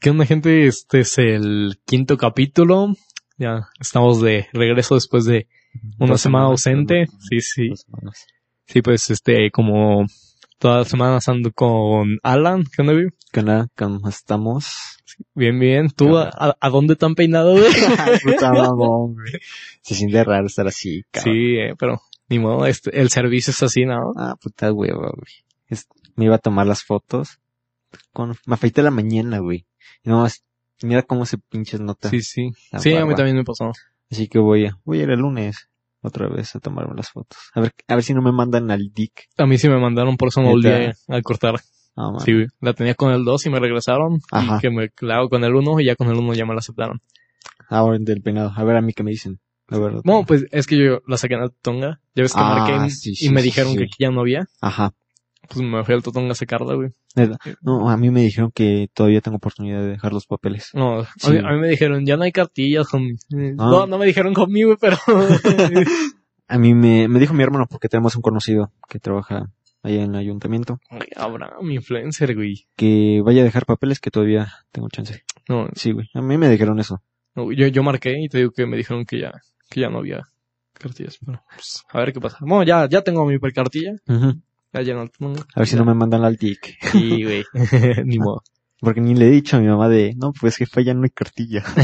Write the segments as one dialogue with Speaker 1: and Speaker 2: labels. Speaker 1: ¿Qué onda gente? Este es el quinto capítulo. Ya estamos de regreso después de una
Speaker 2: Dos
Speaker 1: semana
Speaker 2: semanas,
Speaker 1: ausente.
Speaker 2: dos
Speaker 1: Sí, sí.
Speaker 2: dos semanas.
Speaker 1: Sí, pues este, como todas las semanas ando con Alan. ¿Qué onda, güey?
Speaker 2: ¿Qué onda? ¿Cómo estamos?
Speaker 1: Bien, bien. ¿Tú a,
Speaker 2: Hola.
Speaker 1: a- a dónde tan peinado, güey?
Speaker 2: Puta mamón, güey. Se siente raro estar así, cabrón.
Speaker 1: sí, eh, pero ni modo. Este, el servicio es así, ¿no?
Speaker 2: Ah, puta hueva, güey. Es- me iba a tomar las fotos. Con, me afeité la mañana, güey. Y nomás, mira cómo se pinches nota.
Speaker 1: Sí, sí.
Speaker 2: la
Speaker 1: Sí, a mí
Speaker 2: barba.
Speaker 1: también me pasó.
Speaker 2: Así que voy a, voy a ir el lunes otra vez a tomarme las fotos. A ver, a ver si no me mandan al dick.
Speaker 1: A mí sí me mandaron por Son
Speaker 2: ¿Neta?
Speaker 1: Oldie a cortar.
Speaker 2: Ah, man.
Speaker 1: Sí, güey. La tenía con el 2 y me regresaron.
Speaker 2: Ajá.
Speaker 1: Y que me clavo con el 1 y ya con el 1 ya me la aceptaron.
Speaker 2: Ahora Ah, del peinado. A ver a mí qué me dicen. A ver, lo
Speaker 1: No,
Speaker 2: tengo.
Speaker 1: pues es que yo la saqué en el Totonga. Ya ves que
Speaker 2: Ah,
Speaker 1: marqué
Speaker 2: sí,
Speaker 1: y
Speaker 2: sí,
Speaker 1: me
Speaker 2: sí,
Speaker 1: dijeron
Speaker 2: sí.
Speaker 1: que aquí ya no había.
Speaker 2: Ajá.
Speaker 1: Pues me fui al Totonga a sacarla, güey.
Speaker 2: No, a mí me dijeron que todavía tengo oportunidad de dejar los papeles.
Speaker 1: No, a mí-
Speaker 2: Sí.
Speaker 1: a, mí, me dijeron, ya no hay cartillas, homie. Eh,
Speaker 2: Ah.
Speaker 1: No, no me dijeron homie, güey, pero...
Speaker 2: A mí me, me dijo mi hermano, porque tenemos un conocido que trabaja ahí en el ayuntamiento,
Speaker 1: Ay, Abraham, influencer, güey.
Speaker 2: que vaya a dejar papeles que todavía tengo chance.
Speaker 1: No,
Speaker 2: Sí, güey. A mí me dijeron eso.
Speaker 1: no, yo, yo marqué y te digo que me dijeron que ya, que ya no había cartillas. Pero, pues, a ver qué pasa. Bueno, ya, ya tengo mi cartilla. Ya lleno el Totonga.
Speaker 2: A ver si no me mandan al DIC.
Speaker 1: Sí, güey. Ni modo.
Speaker 2: Porque ni le he dicho a mi mamá de, no, pues que falla no hay cartilla.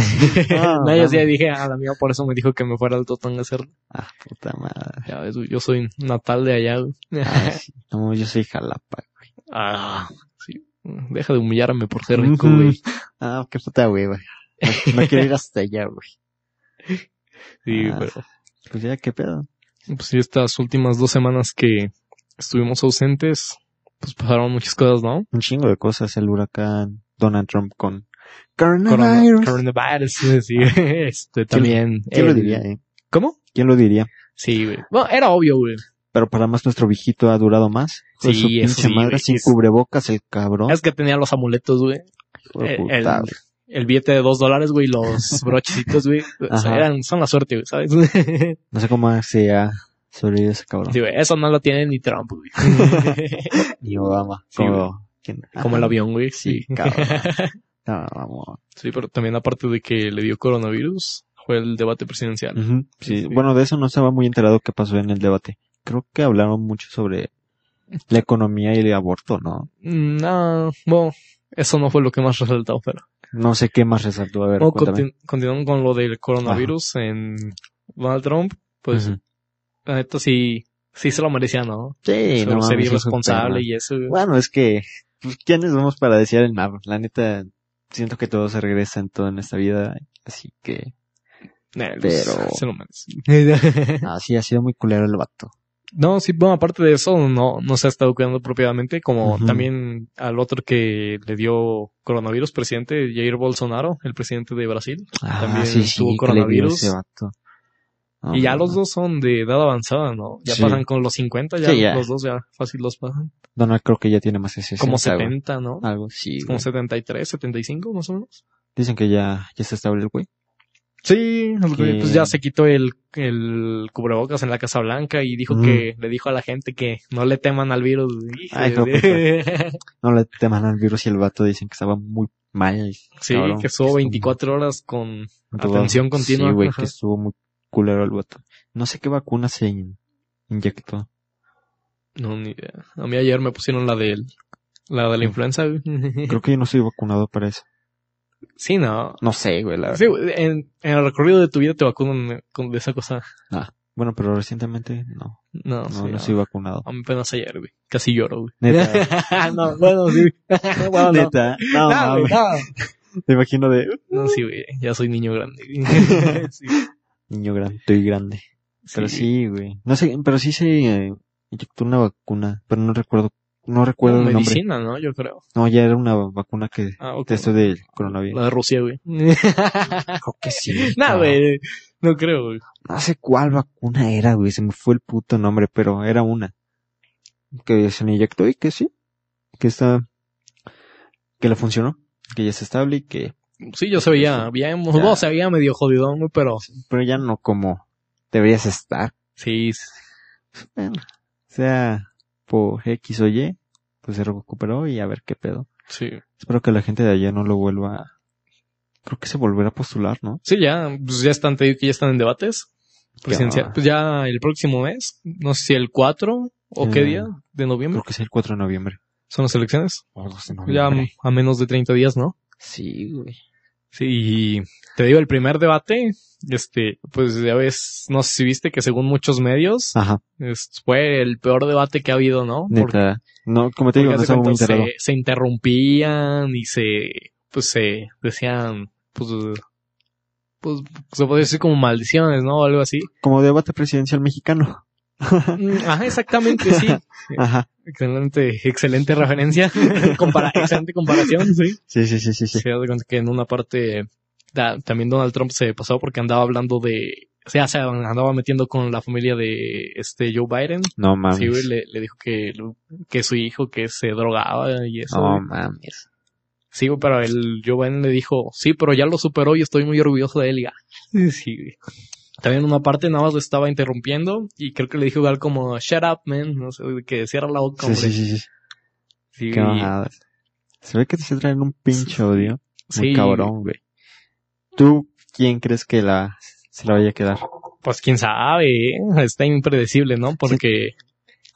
Speaker 2: Ah,
Speaker 1: no, yo sí
Speaker 2: mames.
Speaker 1: dije, a la mía por eso me dijo que me fuera al Totonga a hacerlo.
Speaker 2: Ah, puta madre.
Speaker 1: Ya ves, güey, yo soy natal de allá, güey.
Speaker 2: Ay, sí. No, yo soy jalapa.
Speaker 1: Ah, sí. Deja de humillarme por ser rico,
Speaker 2: Ujú.
Speaker 1: güey.
Speaker 2: Ah, qué puta güey, güey. No, no quiero ir hasta allá, güey.
Speaker 1: Sí,
Speaker 2: Ah.
Speaker 1: pero
Speaker 2: Pues ya, qué pedo.
Speaker 1: pues sí, estas últimas dos semanas que estuvimos ausentes, pues pasaron muchas cosas, ¿no?
Speaker 2: Un chingo de cosas, el huracán Donald Trump con
Speaker 1: Corona-
Speaker 2: coronavirus.
Speaker 1: Coronavirus, sí, sí. Este, también.
Speaker 2: ¿Quién lo
Speaker 1: el-
Speaker 2: diría, eh?
Speaker 1: ¿Cómo?
Speaker 2: ¿Quién lo diría?
Speaker 1: Sí, güey. Bueno, era obvio, güey.
Speaker 2: Pero para más nuestro viejito ha durado más. Con
Speaker 1: Sí,
Speaker 2: su
Speaker 1: eso
Speaker 2: pinche
Speaker 1: sí,
Speaker 2: madre
Speaker 1: güey,
Speaker 2: sin
Speaker 1: es-
Speaker 2: cubrebocas, el cabrón.
Speaker 1: Es que tenía los amuletos, güey.
Speaker 2: Hijo de
Speaker 1: el-
Speaker 2: puta,
Speaker 1: el-
Speaker 2: güey.
Speaker 1: El billete de dos dólares, güey, los brochecitos, güey. O sea,
Speaker 2: Ajá.
Speaker 1: eran, son la suerte, güey, ¿sabes? Digo,
Speaker 2: No sé cómo se ha sobrevivido ese cabrón.
Speaker 1: eso no lo tiene ni Trump, güey.
Speaker 2: Ni Obama.
Speaker 1: Sí, güey.
Speaker 2: como, ¿quién?
Speaker 1: Como el
Speaker 2: Ajá.
Speaker 1: avión, güey.
Speaker 2: Sí, cabrón. No, vamos.
Speaker 1: Sí, pero también aparte de que le dio coronavirus, fue el debate presidencial.
Speaker 2: Ujú, sí,
Speaker 1: Sí.
Speaker 2: Bueno, de eso no estaba muy enterado qué pasó en el debate. Creo que hablaron mucho sobre la economía y el aborto, ¿no?
Speaker 1: No, Mm, ah, bueno, eso no fue lo que más resaltó, pero...
Speaker 2: No sé qué más resaltó. A ver,
Speaker 1: Bueno,
Speaker 2: cuéntame.
Speaker 1: continu- continuando con lo del coronavirus en Donald Trump, pues
Speaker 2: Ujú.
Speaker 1: la neta sí, sí se lo merecía, ¿no?
Speaker 2: Sí,
Speaker 1: Sobre ser
Speaker 2: no mames, es un
Speaker 1: irresponsable
Speaker 2: tema.
Speaker 1: y eso. güey.
Speaker 2: Bueno, es que, pues, ¿quiénes vamos para decir el mar? La neta, siento que todo se regresa en todo en esta vida, así que,
Speaker 1: Nah, pues,
Speaker 2: pero-
Speaker 1: Se lo merece.
Speaker 2: así ha sido muy culero el vato.
Speaker 1: no, sí, bueno, aparte de eso, no, no se ha estado cuidando propiedamente, como
Speaker 2: Ujú.
Speaker 1: también al otro que le dio coronavirus, presidente Jair Bolsonaro, el presidente de Brasil.
Speaker 2: Ah,
Speaker 1: También tuvo
Speaker 2: que le dio
Speaker 1: coronavirus.
Speaker 2: ese vato. No,
Speaker 1: Y ya
Speaker 2: no,
Speaker 1: los
Speaker 2: no.
Speaker 1: dos son de edad avanzada, ¿no? Ya
Speaker 2: Sí.
Speaker 1: pasan con los 50, ya,
Speaker 2: Sí, ya.
Speaker 1: los dos ya fácil los pasan.
Speaker 2: Donald creo que ya tiene más de 60.
Speaker 1: Como
Speaker 2: güey.
Speaker 1: 70, ¿no?
Speaker 2: Algo, Ah, sí.
Speaker 1: Como
Speaker 2: güey.
Speaker 1: 73, 75 más o menos.
Speaker 2: Dicen que ya, ya está estable el güey.
Speaker 1: Sí,
Speaker 2: Que-
Speaker 1: pues ya se quitó el, el cubrebocas en la Casa Blanca y dijo
Speaker 2: Mm.
Speaker 1: que le dijo a la gente que no le teman al virus. Hijo
Speaker 2: Ay, hijo de
Speaker 1: de-
Speaker 2: No le teman al virus y el vato dicen que estaba muy mal.
Speaker 1: sí,
Speaker 2: cabrón,
Speaker 1: que estuvo
Speaker 2: estuvo
Speaker 1: 24 horas con...
Speaker 2: muy- estuvo-
Speaker 1: atención continua,
Speaker 2: Sí, güey,
Speaker 1: ajá.
Speaker 2: que estuvo muy culero el vato. No sé qué vacuna se in- inyectó.
Speaker 1: No, ni idea. A mí ayer me pusieron la del... La de la influenza. güey.
Speaker 2: Creo que yo no soy vacunado para eso.
Speaker 1: Sí, no.
Speaker 2: No sé, güey, la
Speaker 1: Sí, güey, en, en el recorrido de tu vida te vacunan con, de esa cosa.
Speaker 2: Bueno, pero recientemente no.
Speaker 1: No,
Speaker 2: No,
Speaker 1: sí,
Speaker 2: no
Speaker 1: no.
Speaker 2: soy vacunado.
Speaker 1: A mí apenas ayer, güey. Casi lloro, güey.
Speaker 2: Neta.
Speaker 1: no, bueno, sí. bueno, no.
Speaker 2: Neta. No,
Speaker 1: No, güey,
Speaker 2: mames.
Speaker 1: no.
Speaker 2: Te imagino de uh,
Speaker 1: No, sí, güey. Ya soy niño grande. güey. sí,
Speaker 2: niño grande, estoy grande. Pero sí, güey. No sé, pero sí se eh, inyectó una vacuna, pero no recuerdo, no recuerdo
Speaker 1: Como
Speaker 2: el nombre.
Speaker 1: medicina, ¿no? Yo creo.
Speaker 2: No, ya era una vacuna que
Speaker 1: Ah, ok.
Speaker 2: de esto del coronavirus.
Speaker 1: La de Rusia, güey.
Speaker 2: Creo que sí.
Speaker 1: no, güey. No creo, güey.
Speaker 2: No sé cuál vacuna era, güey. Se me fue el puto nombre, pero era una. Que se le inyectó y que sí. Que está, que le funcionó. Que ya es estable y que,
Speaker 1: Sí, yo se veía bien.
Speaker 2: Ya.
Speaker 1: No, se veía medio jodidón, güey, pero.
Speaker 2: pero ya no como deberías estar.
Speaker 1: Sí,
Speaker 2: Bueno, sea por X o Y, pues se recuperó y a ver qué pedo.
Speaker 1: Sí.
Speaker 2: Espero que la gente de allá no lo vuelva. a- Creo que se volverá a postular, ¿no?
Speaker 1: Sí, ya, pues ya están, te digo que ya están en debates presidenciales.
Speaker 2: va.
Speaker 1: Pues ya el próximo mes, no sé si el 4 o qué
Speaker 2: Eh,
Speaker 1: día de noviembre
Speaker 2: Creo que es el 4 de noviembre.
Speaker 1: son las elecciones.
Speaker 2: O el 2 de
Speaker 1: Ya
Speaker 2: noviembre.
Speaker 1: a menos de 30 días, ¿no?
Speaker 2: Sí, güey.
Speaker 1: Sí, y te digo, el primer debate, este, pues ya ves, no sé si viste que según muchos medios,
Speaker 2: Ajá,
Speaker 1: es- fue el peor debate que ha habido, ¿no? Porque-
Speaker 2: neta. No, como te digo,
Speaker 1: porque
Speaker 2: no
Speaker 1: haz de
Speaker 2: estaba muy
Speaker 1: cuenta,
Speaker 2: enterado.
Speaker 1: se, se interrumpían y se, pues se decían, pues, pues se podría decir como maldiciones, ¿no? O algo así.
Speaker 2: Como debate presidencial mexicano.
Speaker 1: Mm, Ajá, exactamente, sí.
Speaker 2: Ajá.
Speaker 1: Excelente, excelente referencia, Compara- excelente comparación, sí.
Speaker 2: Sí, sí, sí, sí, sí.
Speaker 1: Se da cuenta que en una parte da- también Donald Trump se pasó porque andaba hablando de. O sea, se andaba metiendo con la familia de este Joe Biden.
Speaker 2: No mames.
Speaker 1: Sí, güey, le, le dijo que, lo- que su hijo que se drogaba y eso.
Speaker 2: no
Speaker 1: güey.
Speaker 2: mames.
Speaker 1: Sí, güey, pero el Joe Biden le dijo, sí, pero ya lo superó y estoy muy orgulloso de él. y ya. Sí, güey. También una parte nada más lo estaba interrumpiendo y creo que le dijo algo como, shut up, man. No sé, que cierra la boca,
Speaker 2: Sí,
Speaker 1: hombre.
Speaker 2: sí, sí, sí.
Speaker 1: Sí,
Speaker 2: Qué
Speaker 1: güey.
Speaker 2: bajadas. Se ve que te se traen un pinche odio. Muy
Speaker 1: Sí.
Speaker 2: cabrón, güey. ¿Tú quién crees que la se la vaya a quedar?
Speaker 1: Pues quién sabe, ¿eh? está impredecible, ¿no? Porque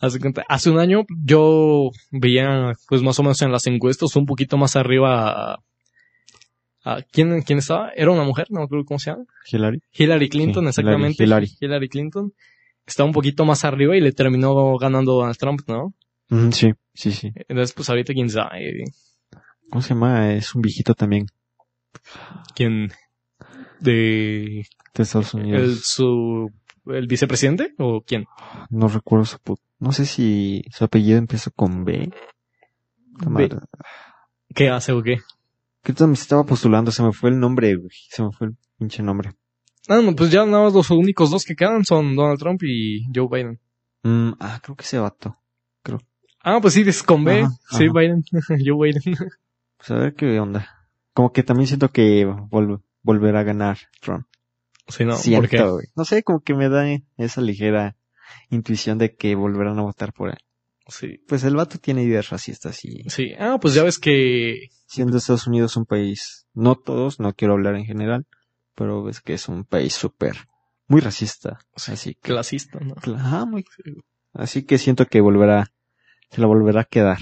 Speaker 1: haz de cuenta, hace un año yo veía, pues más o menos en las encuestas, un poquito más arriba. a- a- ¿quién, ¿Quién estaba? Era una mujer, no me acuerdo cómo se llama.
Speaker 2: ¿Hillary?
Speaker 1: Hillary Clinton,
Speaker 2: Sí,
Speaker 1: exactamente.
Speaker 2: Hillary,
Speaker 1: Clinton. Estaba un poquito más arriba y le terminó ganando Donald Trump, ¿no?
Speaker 2: Mm, sí, sí, sí.
Speaker 1: Entonces, pues ahorita quién sabe.
Speaker 2: ¿Cómo se llama? Es un viejito también
Speaker 1: ¿Quién? ¿De.
Speaker 2: de Estados Unidos.
Speaker 1: El, su, ¿El vicepresidente? ¿O quién?
Speaker 2: No recuerdo su pu- No sé si su apellido empieza con B. Puta madre.
Speaker 1: Ve- ¿Qué hace o qué?
Speaker 2: Que también se estaba postulando, se me fue el nombre, güey. Se me fue el pinche nombre.
Speaker 1: Ah, no, pues ya nada más los únicos dos que quedan son Donald Trump y Joe Biden.
Speaker 2: Mm, ah, creo que ese vato.
Speaker 1: Ah, pues sí, es con B.
Speaker 2: Ajá,
Speaker 1: sí,
Speaker 2: ajá.
Speaker 1: Biden. Joe Biden.
Speaker 2: Pues a ver qué onda. Como que también siento que vol- volverá a ganar Trump.
Speaker 1: Sí, no,
Speaker 2: Siento,
Speaker 1: porque
Speaker 2: güey. No sé, como que me da esa ligera intuición de que volverán a votar por él.
Speaker 1: sí,
Speaker 2: Pues el vato tiene ideas racistas y
Speaker 1: sí. Ah, pues ya ves que
Speaker 2: siendo Estados Unidos un país, no todos, no quiero hablar en general, pero ves que es un país súper, muy racista. Así que,
Speaker 1: clasista, ¿no?
Speaker 2: cla- ajá, muy- así que siento que volverá, se la volverá a quedar.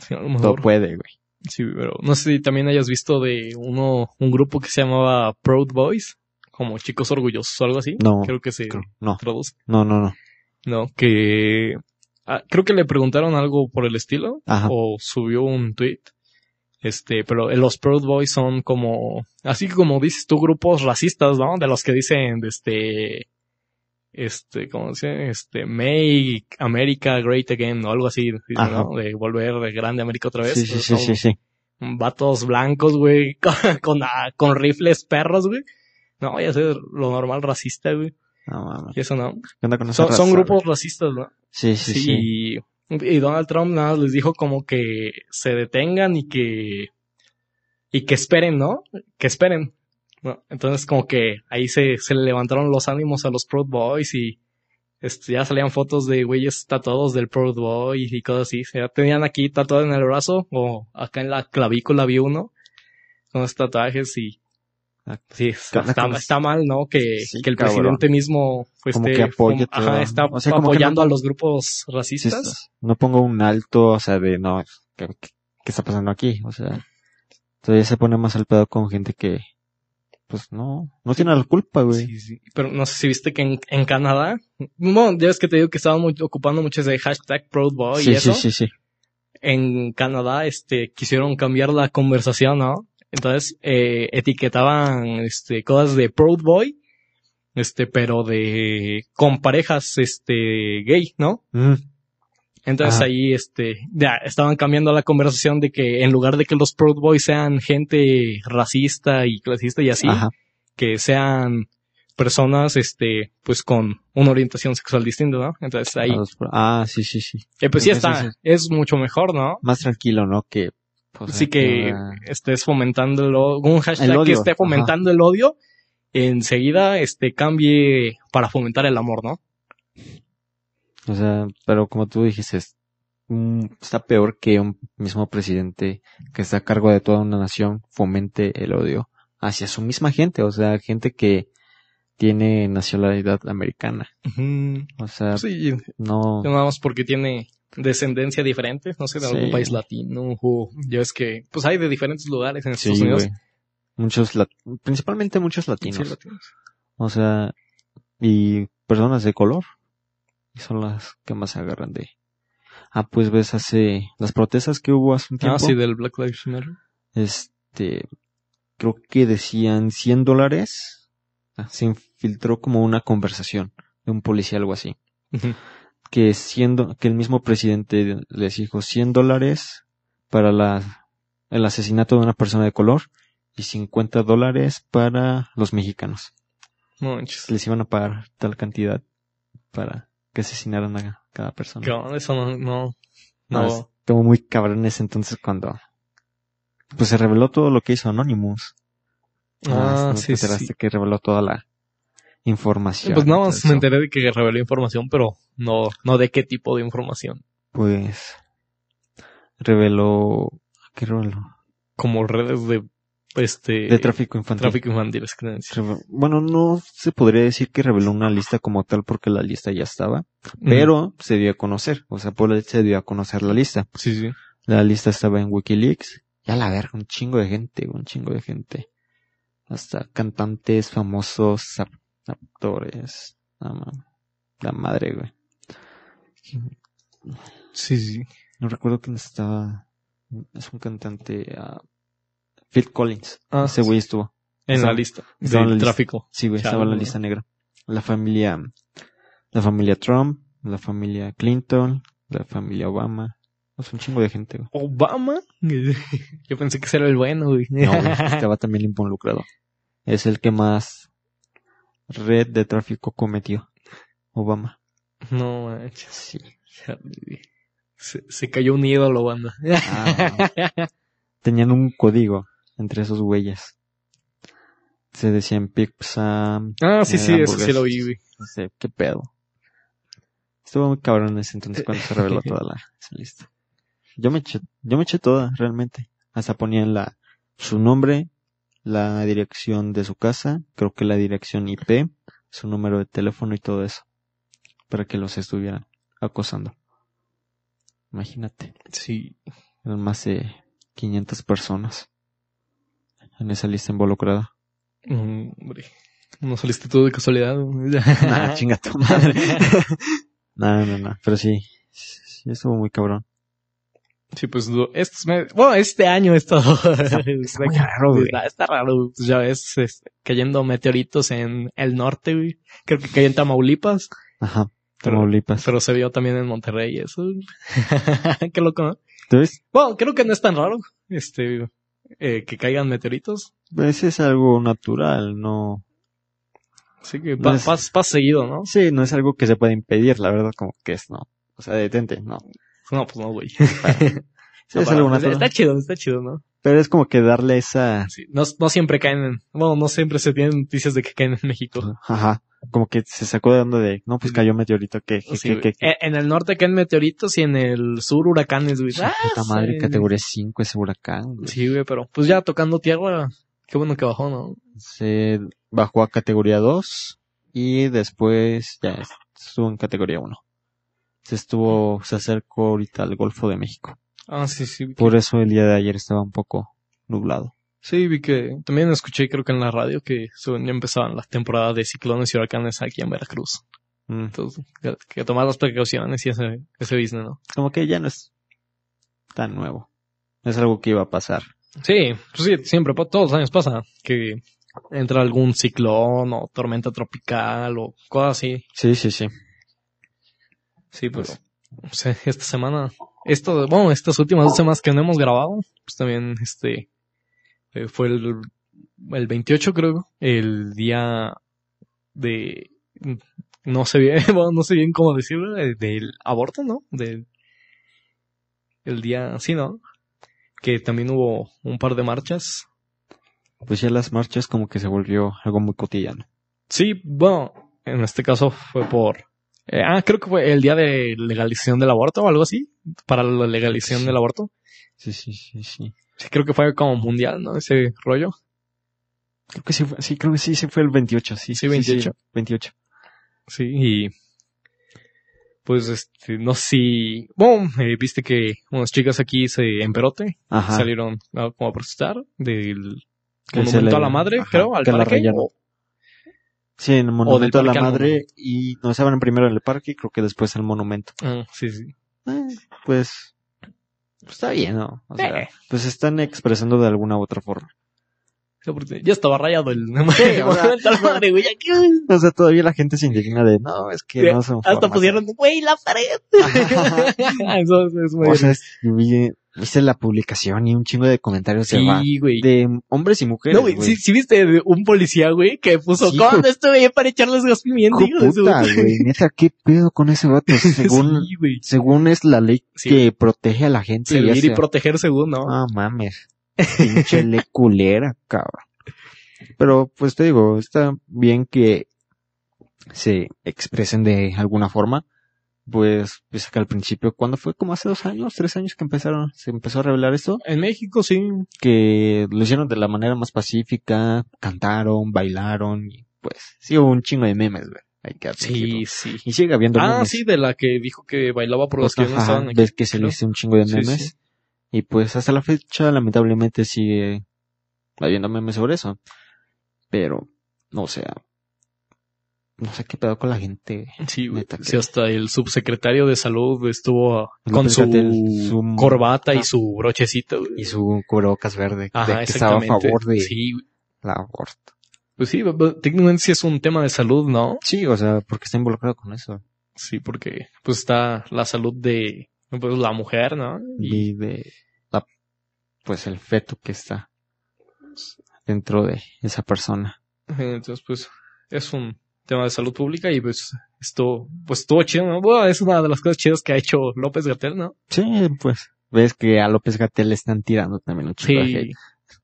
Speaker 1: Sí, a lo
Speaker 2: Todo
Speaker 1: mejor.
Speaker 2: puede, güey.
Speaker 1: Sí, pero no sé si también hayas visto de uno un grupo que se llamaba Proud Boys, como chicos orgullosos o algo así.
Speaker 2: No,
Speaker 1: Creo que se
Speaker 2: creo- No,
Speaker 1: traduce.
Speaker 2: no, no, no.
Speaker 1: No, que ah, creo que le preguntaron algo por el estilo
Speaker 2: Ajá.
Speaker 1: o subió un tweet. Este, pero los Proud Boys son como, así como dices tú, grupos racistas, ¿no? De los que dicen, de este, este, ¿cómo se dice? Este, Make America Great Again o algo así, dicen,
Speaker 2: Ajá.
Speaker 1: ¿no? De volver de grande América otra vez.
Speaker 2: Sí, sí,
Speaker 1: Pues
Speaker 2: sí,
Speaker 1: son
Speaker 2: sí, sí.
Speaker 1: Vatos blancos, güey, con, con, ah, con rifles perros, güey. No, ya sé, lo normal racista, güey.
Speaker 2: No mames.
Speaker 1: Y eso no.
Speaker 2: ¿Qué onda con esa
Speaker 1: Son,
Speaker 2: raza,
Speaker 1: son
Speaker 2: güey?
Speaker 1: grupos racistas, ¿no?
Speaker 2: Sí,
Speaker 1: Sí,
Speaker 2: sí, sí.
Speaker 1: Y, y Donald Trump nada más les dijo como que se detengan y que y que esperen, ¿no? Que esperen. ¿no? Entonces como que ahí se, se le levantaron los ánimos a los Proud Boys y este, ya salían fotos de güeyes tatuados del Proud Boy y cosas así. Ya tenían aquí tatuado en el brazo o acá en la clavícula vi uno con los tatuajes y...
Speaker 2: Ah,
Speaker 1: Sí, está,
Speaker 2: onda con
Speaker 1: está-
Speaker 2: los-
Speaker 1: está mal, ¿no? Que,
Speaker 2: Sí,
Speaker 1: que el
Speaker 2: cabrón.
Speaker 1: presidente mismo pues,
Speaker 2: Como
Speaker 1: esté-
Speaker 2: que apoye
Speaker 1: ajá,
Speaker 2: todo.
Speaker 1: está
Speaker 2: O sea, como que
Speaker 1: apoyando
Speaker 2: no-
Speaker 1: a los grupos racistas.
Speaker 2: No pongo un alto, o sea, de no, ¿qué, qué- qué está pasando aquí? O sea, todavía se pone más al pedo con gente que, pues no, no tiene la culpa, güey.
Speaker 1: Sí, sí. Pero no sé si viste que en, en Canadá, bueno, ya es que te digo que estaban muy- ocupando mucho ese hashtag Proud Boy Oh, y
Speaker 2: sí, sí,
Speaker 1: eso.
Speaker 2: sí, sí.
Speaker 1: En Canadá, este, quisieron cambiar la conversación, ¿no? Entonces, eh, etiquetaban, este, cosas de Proud Boy, este, pero de, con parejas, este, gay, ¿no?
Speaker 2: Mm,
Speaker 1: Entonces
Speaker 2: Ajá.
Speaker 1: ahí este ya estaban cambiando la conversación de que en lugar de que los Proud Boys sean gente racista y clasista y así,
Speaker 2: Ajá.
Speaker 1: que sean personas este pues con una orientación sexual distinta, ¿no? Entonces Pues ahí
Speaker 2: A los- Ah, sí, sí, sí.
Speaker 1: eh, pues sí está,
Speaker 2: entonces
Speaker 1: es mucho mejor, ¿no?
Speaker 2: Más tranquilo, ¿no? Que, pues,
Speaker 1: Así que
Speaker 2: ah,
Speaker 1: estés fomentando el o- un hashtag
Speaker 2: El odio,
Speaker 1: que esté fomentando el odio, enseguida este cambie para fomentar el amor, ¿no?
Speaker 2: O sea, pero como tú dijiste, mm, está peor que un mismo presidente que está a cargo de toda una nación fomente el odio hacia su misma gente, o sea, gente que tiene nacionalidad americana.
Speaker 1: Ujú.
Speaker 2: O sea,
Speaker 1: Sí,
Speaker 2: no.
Speaker 1: nada más porque tiene descendencia diferente, no sé, de algún
Speaker 2: Sí.
Speaker 1: país latino. o- Yo es que, pues hay de diferentes lugares en
Speaker 2: Sí,
Speaker 1: Estados Unidos.
Speaker 2: güey. Muchos, lat- principalmente muchos
Speaker 1: Sí,
Speaker 2: latinos.
Speaker 1: latinos.
Speaker 2: O sea, y personas de color. Y son las que más se agarran de. Ah, pues ves, hace las protestas que hubo hace un tiempo.
Speaker 1: Ah, sí, del Black Lives Matter.
Speaker 2: Este, creo que decían 100 dólares. Ah, Se infiltró como una conversación de un policía, algo así.
Speaker 1: Ujú.
Speaker 2: Que siendo, que el mismo presidente les dijo 100 dólares para la, el asesinato de una persona de color y 50 dólares para los mexicanos.
Speaker 1: No manches.
Speaker 2: les iban a pagar tal cantidad para que asesinaran a cada persona.
Speaker 1: ¿Qué onda? Eso no, no,
Speaker 2: No,
Speaker 1: no.
Speaker 2: estuvo muy cabrón ese entonces cuando pues se reveló todo lo que hizo Anonymous.
Speaker 1: Ah,
Speaker 2: ¿no?
Speaker 1: sí,
Speaker 2: Te
Speaker 1: sí,
Speaker 2: enteraste
Speaker 1: sí.
Speaker 2: que reveló toda la información.
Speaker 1: Pues nada
Speaker 2: y todo
Speaker 1: más me
Speaker 2: eso.
Speaker 1: enteré de que reveló información, pero no, no de qué tipo de información.
Speaker 2: Pues reveló ¿qué reveló?
Speaker 1: Como redes de, este,
Speaker 2: De tráfico infantil.
Speaker 1: tráfico infantil, es que decía.
Speaker 2: Reve- Bueno, no se podría decir que reveló una lista como tal porque la lista ya estaba, pero se dio a conocer, o sea, por él se dio a conocer la lista.
Speaker 1: Ujú. Sí, sí.
Speaker 2: La lista estaba en Wikileaks. Ya la verga, un chingo de gente, un chingo de gente. Hasta cantantes famosos, ap- actores. La, ma- la madre, güey.
Speaker 1: Sí, sí.
Speaker 2: No recuerdo quién estaba. Es un cantante. ah, Phil Collins.
Speaker 1: Ah,
Speaker 2: Ese güey estuvo.
Speaker 1: En
Speaker 2: Estaba-
Speaker 1: la lista
Speaker 2: estaba en la
Speaker 1: del
Speaker 2: lista.
Speaker 1: tráfico.
Speaker 2: Sí, güey,
Speaker 1: Chale,
Speaker 2: estaba en la
Speaker 1: güey.
Speaker 2: lista negra. La familia. La familia Trump, la familia Clinton, la familia Obama. Es un chingo de gente, güey.
Speaker 1: Obama. Yo pensé que ese era el bueno, güey.
Speaker 2: No, güey, estaba también involucrado. Es el que más red de tráfico cometió. Obama.
Speaker 1: No manches.
Speaker 2: Sí.
Speaker 1: ya, güey. Se, se cayó un ídolo, banda.
Speaker 2: Ah, Tenían un código entre esos güeyes. Se decían pizza.
Speaker 1: Ah, sí,
Speaker 2: Eh,
Speaker 1: sí, eso sí lo vi, güey.
Speaker 2: No sé, pues, eh, qué pedo. Estuvo muy cabrón en ese entonces cuando se reveló toda la esa lista. Yo me eché, yo me eché toda, realmente. Hasta ponían la, su nombre, la dirección de su casa, creo que la dirección IP, su número de teléfono y todo eso. Para que los estuvieran acosando. Imagínate.
Speaker 1: Sí.
Speaker 2: Eran más de 500 personas en esa lista involucrada.
Speaker 1: Hombre. No saliste tú de casualidad. güey.
Speaker 2: Nah, Ah, chinga tu madre. no, no, no. Pero sí, sí estuvo muy cabrón.
Speaker 1: Sí, pues du- estos meses, bueno, este año esto está,
Speaker 2: muy raro, güey.
Speaker 1: Está, está raro, pues, ya ves, este, cayendo meteoritos en el norte, güey. Creo que cayó en Tamaulipas,
Speaker 2: Ajá.
Speaker 1: Pero-
Speaker 2: Tamaulipas.
Speaker 1: pero se vio también en Monterrey, eso. Qué loco, ¿no?
Speaker 2: ¿Tú ves?
Speaker 1: Bueno, creo que no es tan raro, este, eh, que caigan meteoritos.
Speaker 2: Pues es algo natural, no.
Speaker 1: Así que
Speaker 2: No
Speaker 1: pa-
Speaker 2: es-
Speaker 1: pas, pas seguido, ¿no?
Speaker 2: Sí, no es algo que se pueda impedir, la verdad, como que es, no. O sea, detente, no.
Speaker 1: No, pues no, güey.
Speaker 2: Sí, es algo natural.
Speaker 1: está chido, está chido, ¿no?
Speaker 2: Pero es como que darle esa.
Speaker 1: Sí, no, no siempre caen en, bueno, no siempre se tienen noticias de que caen en México.
Speaker 2: Ajá. Como que se sacó de onda de. No, pues cayó meteorito, que. que,
Speaker 1: Sí,
Speaker 2: que,
Speaker 1: güey.
Speaker 2: que- que-
Speaker 1: E- En el norte caen meteoritos y en el sur huracanes, güey.
Speaker 2: Su puta
Speaker 1: Ah,
Speaker 2: madre,
Speaker 1: sí.
Speaker 2: categoría 5 ese huracán, güey.
Speaker 1: Sí, güey, pero pues ya tocando tierra, qué bueno que bajó, ¿no?
Speaker 2: Se bajó a categoría 2 y después ya estuvo en categoría 1. Se estuvo, se acercó ahorita al Golfo de México.
Speaker 1: Ah, sí, sí. vi que-
Speaker 2: Por eso el día de ayer estaba un poco nublado.
Speaker 1: Sí, vi que también escuché, creo que en la radio, que según ya empezaban las temporadas de ciclones y huracanes aquí en Veracruz.
Speaker 2: Mm,
Speaker 1: Entonces, que, que tomar las precauciones y ese, ese business, ¿no?
Speaker 2: Como que ya no es tan nuevo. Es algo que iba a pasar.
Speaker 1: Sí, pues sí, siempre, pa- todos los años pasa que entra algún ciclón o tormenta tropical o cosas así.
Speaker 2: Sí, sí, sí.
Speaker 1: Sí, pero
Speaker 2: Pues-
Speaker 1: pues, eh, esta semana, esto, bueno, estas últimas dos semanas que no hemos grabado, pues también este eh, fue el, el 28 creo, el día de no sé bien, bueno, no sé bien cómo decirlo, eh, del aborto, ¿no? Del el día, sí, ¿no? Que también hubo un par de marchas.
Speaker 2: Pues ya las marchas como que se volvió algo muy cotidiano.
Speaker 1: Sí, bueno, en este caso fue por Eh, ah, creo que fue el día de legalización del aborto o algo así, para la legalización del aborto.
Speaker 2: Sí, sí, sí, sí.
Speaker 1: Sí, creo que fue como mundial, ¿no? Ese rollo.
Speaker 2: Creo que sí, fue- sí, creo que sí, sí fue el 28, sí.
Speaker 1: Sí, 28.
Speaker 2: 28.
Speaker 1: Sí, y pues este, no sé si, bueno, eh, viste que unas chicas aquí se en Perote
Speaker 2: Ajá.
Speaker 1: salieron ah, como a protestar del
Speaker 2: Que se
Speaker 1: monumento a
Speaker 2: le-
Speaker 1: la madre,
Speaker 2: ajá,
Speaker 1: creo, al
Speaker 2: que la
Speaker 1: parque.
Speaker 2: rayaron.
Speaker 1: o-
Speaker 2: Sí, en el monumento a
Speaker 1: del
Speaker 2: la
Speaker 1: parque al
Speaker 2: madre
Speaker 1: monumento.
Speaker 2: y no se van primero al parque y creo que después al monumento.
Speaker 1: ah, sí, sí.
Speaker 2: Eh, pues, pues está bien, ¿no? O sea,
Speaker 1: Eh.
Speaker 2: pues se están expresando de alguna u otra forma.
Speaker 1: Sí, porque Ya estaba rayado el
Speaker 2: sea,
Speaker 1: monumento a la madre, güey. ya que-
Speaker 2: O sea, todavía la gente se indigna de, no, es que
Speaker 1: Sí,
Speaker 2: no son
Speaker 1: Hasta
Speaker 2: formas".
Speaker 1: pusieron, güey, la pared. Pues, Eso es- es muy
Speaker 2: o sea, es- vi- hice la publicación y un chingo de comentarios de, va-
Speaker 1: Sí, güey.
Speaker 2: de hombres y mujeres,
Speaker 1: No, güey,
Speaker 2: güey.
Speaker 1: sí, sí viste de un policía, güey, que puso,
Speaker 2: Sí,
Speaker 1: ¿cuándo
Speaker 2: hijo-
Speaker 1: estuve ahí para echarles gas pimienta,
Speaker 2: Hijo
Speaker 1: hijo de su-
Speaker 2: puta, güey, neta, ¿qué pedo con ese vato? Según,
Speaker 1: Sí, güey.
Speaker 2: según es la ley
Speaker 1: Sí.
Speaker 2: que protege a la gente. y
Speaker 1: Servir y
Speaker 2: hace-
Speaker 1: proteger según, ¿no?
Speaker 2: No mames. Pinche le culera, cabrón. Pero pues te digo, está bien que se expresen de alguna forma. Pues, pues que al principio, cuando fue? Como hace dos años, tres años que empezaron, se empezó a revelar esto,
Speaker 1: En México, sí.
Speaker 2: que lo hicieron de la manera más pacífica, cantaron, bailaron, y pues, sí hubo un chingo de memes, güey. Hay que admitirlo.
Speaker 1: Sí, sí.
Speaker 2: Y sigue habiendo
Speaker 1: Ah,
Speaker 2: memes.
Speaker 1: sí, de la que dijo que bailaba por los que no
Speaker 2: Pues, Ajá,
Speaker 1: estaban aquí.
Speaker 2: ves que se le
Speaker 1: creo.
Speaker 2: hizo un chingo de
Speaker 1: Sí,
Speaker 2: memes.
Speaker 1: sí.
Speaker 2: Y pues hasta la fecha, lamentablemente, sigue habiendo memes sobre eso. Pero, no, o sea, no sé qué pedo con la gente.
Speaker 1: Sí, güey.
Speaker 2: Neta que-
Speaker 1: Sí, hasta el subsecretario de salud estuvo ah, con
Speaker 2: López
Speaker 1: su,
Speaker 2: Gatell, su-
Speaker 1: corbata y
Speaker 2: ah.
Speaker 1: su brochecito. güey.
Speaker 2: Y su cubrebocas verde,
Speaker 1: Ajá,
Speaker 2: de que estaba a
Speaker 1: exactamente.
Speaker 2: favor de
Speaker 1: Sí, güey.
Speaker 2: la aborto.
Speaker 1: pues sí, b- b- técnicamente sí es un tema de salud, ¿no?
Speaker 2: Sí, o sea, porque está involucrado con eso.
Speaker 1: Sí, porque pues está la salud de pues, la mujer, ¿no? Y
Speaker 2: Y de la, pues el feto que está dentro de esa persona.
Speaker 1: Entonces, pues, es un tema de salud pública y pues esto, pues estuvo chido, ¿no? Bueno, es una de las cosas chidas que ha hecho López Gatel, ¿no?
Speaker 2: Sí, pues, ves que a López Gatel le están tirando también un chingo de hate.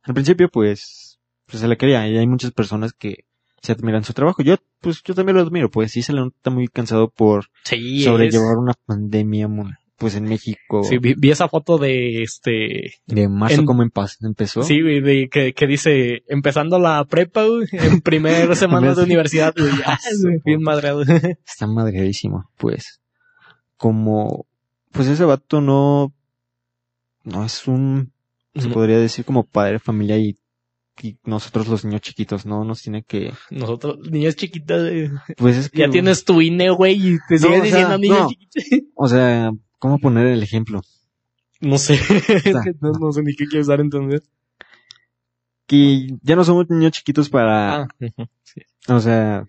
Speaker 2: Al principio, pues, pues se le quería. Y hay muchas personas que se admiran su trabajo. Yo, pues, yo también lo admiro. Pues sí se le nota muy cansado por
Speaker 1: Sí,
Speaker 2: sobrellevar una pandemia, mon- pues en México.
Speaker 1: es- Sí, vi, vi esa foto de este.
Speaker 2: De marzo
Speaker 1: En-
Speaker 2: como en paz empezó.
Speaker 1: Sí, güey, de, que, que dice empezando la prepa, güey, en primer semana de universidad, güey. Ah, güey, bien madreado.
Speaker 2: Está madreadísimo. Pues, como, pues ese vato no, no es un, se
Speaker 1: No.
Speaker 2: podría decir como padre, familia y, y nosotros los niños chiquitos, ¿no? Nos tiene que,
Speaker 1: Nosotros, niñas chiquitas, güey,
Speaker 2: pues es que.
Speaker 1: ya tienes tu INE, güey, y te sigues
Speaker 2: o sea,
Speaker 1: diciendo niñas
Speaker 2: no.
Speaker 1: chiquitas.
Speaker 2: O sea, ¿cómo poner el ejemplo?
Speaker 1: No sé, es que no, no sé ni qué quieres dar a entender.
Speaker 2: que ya no somos niños chiquitos para,
Speaker 1: Ah, ujú,
Speaker 2: o sea,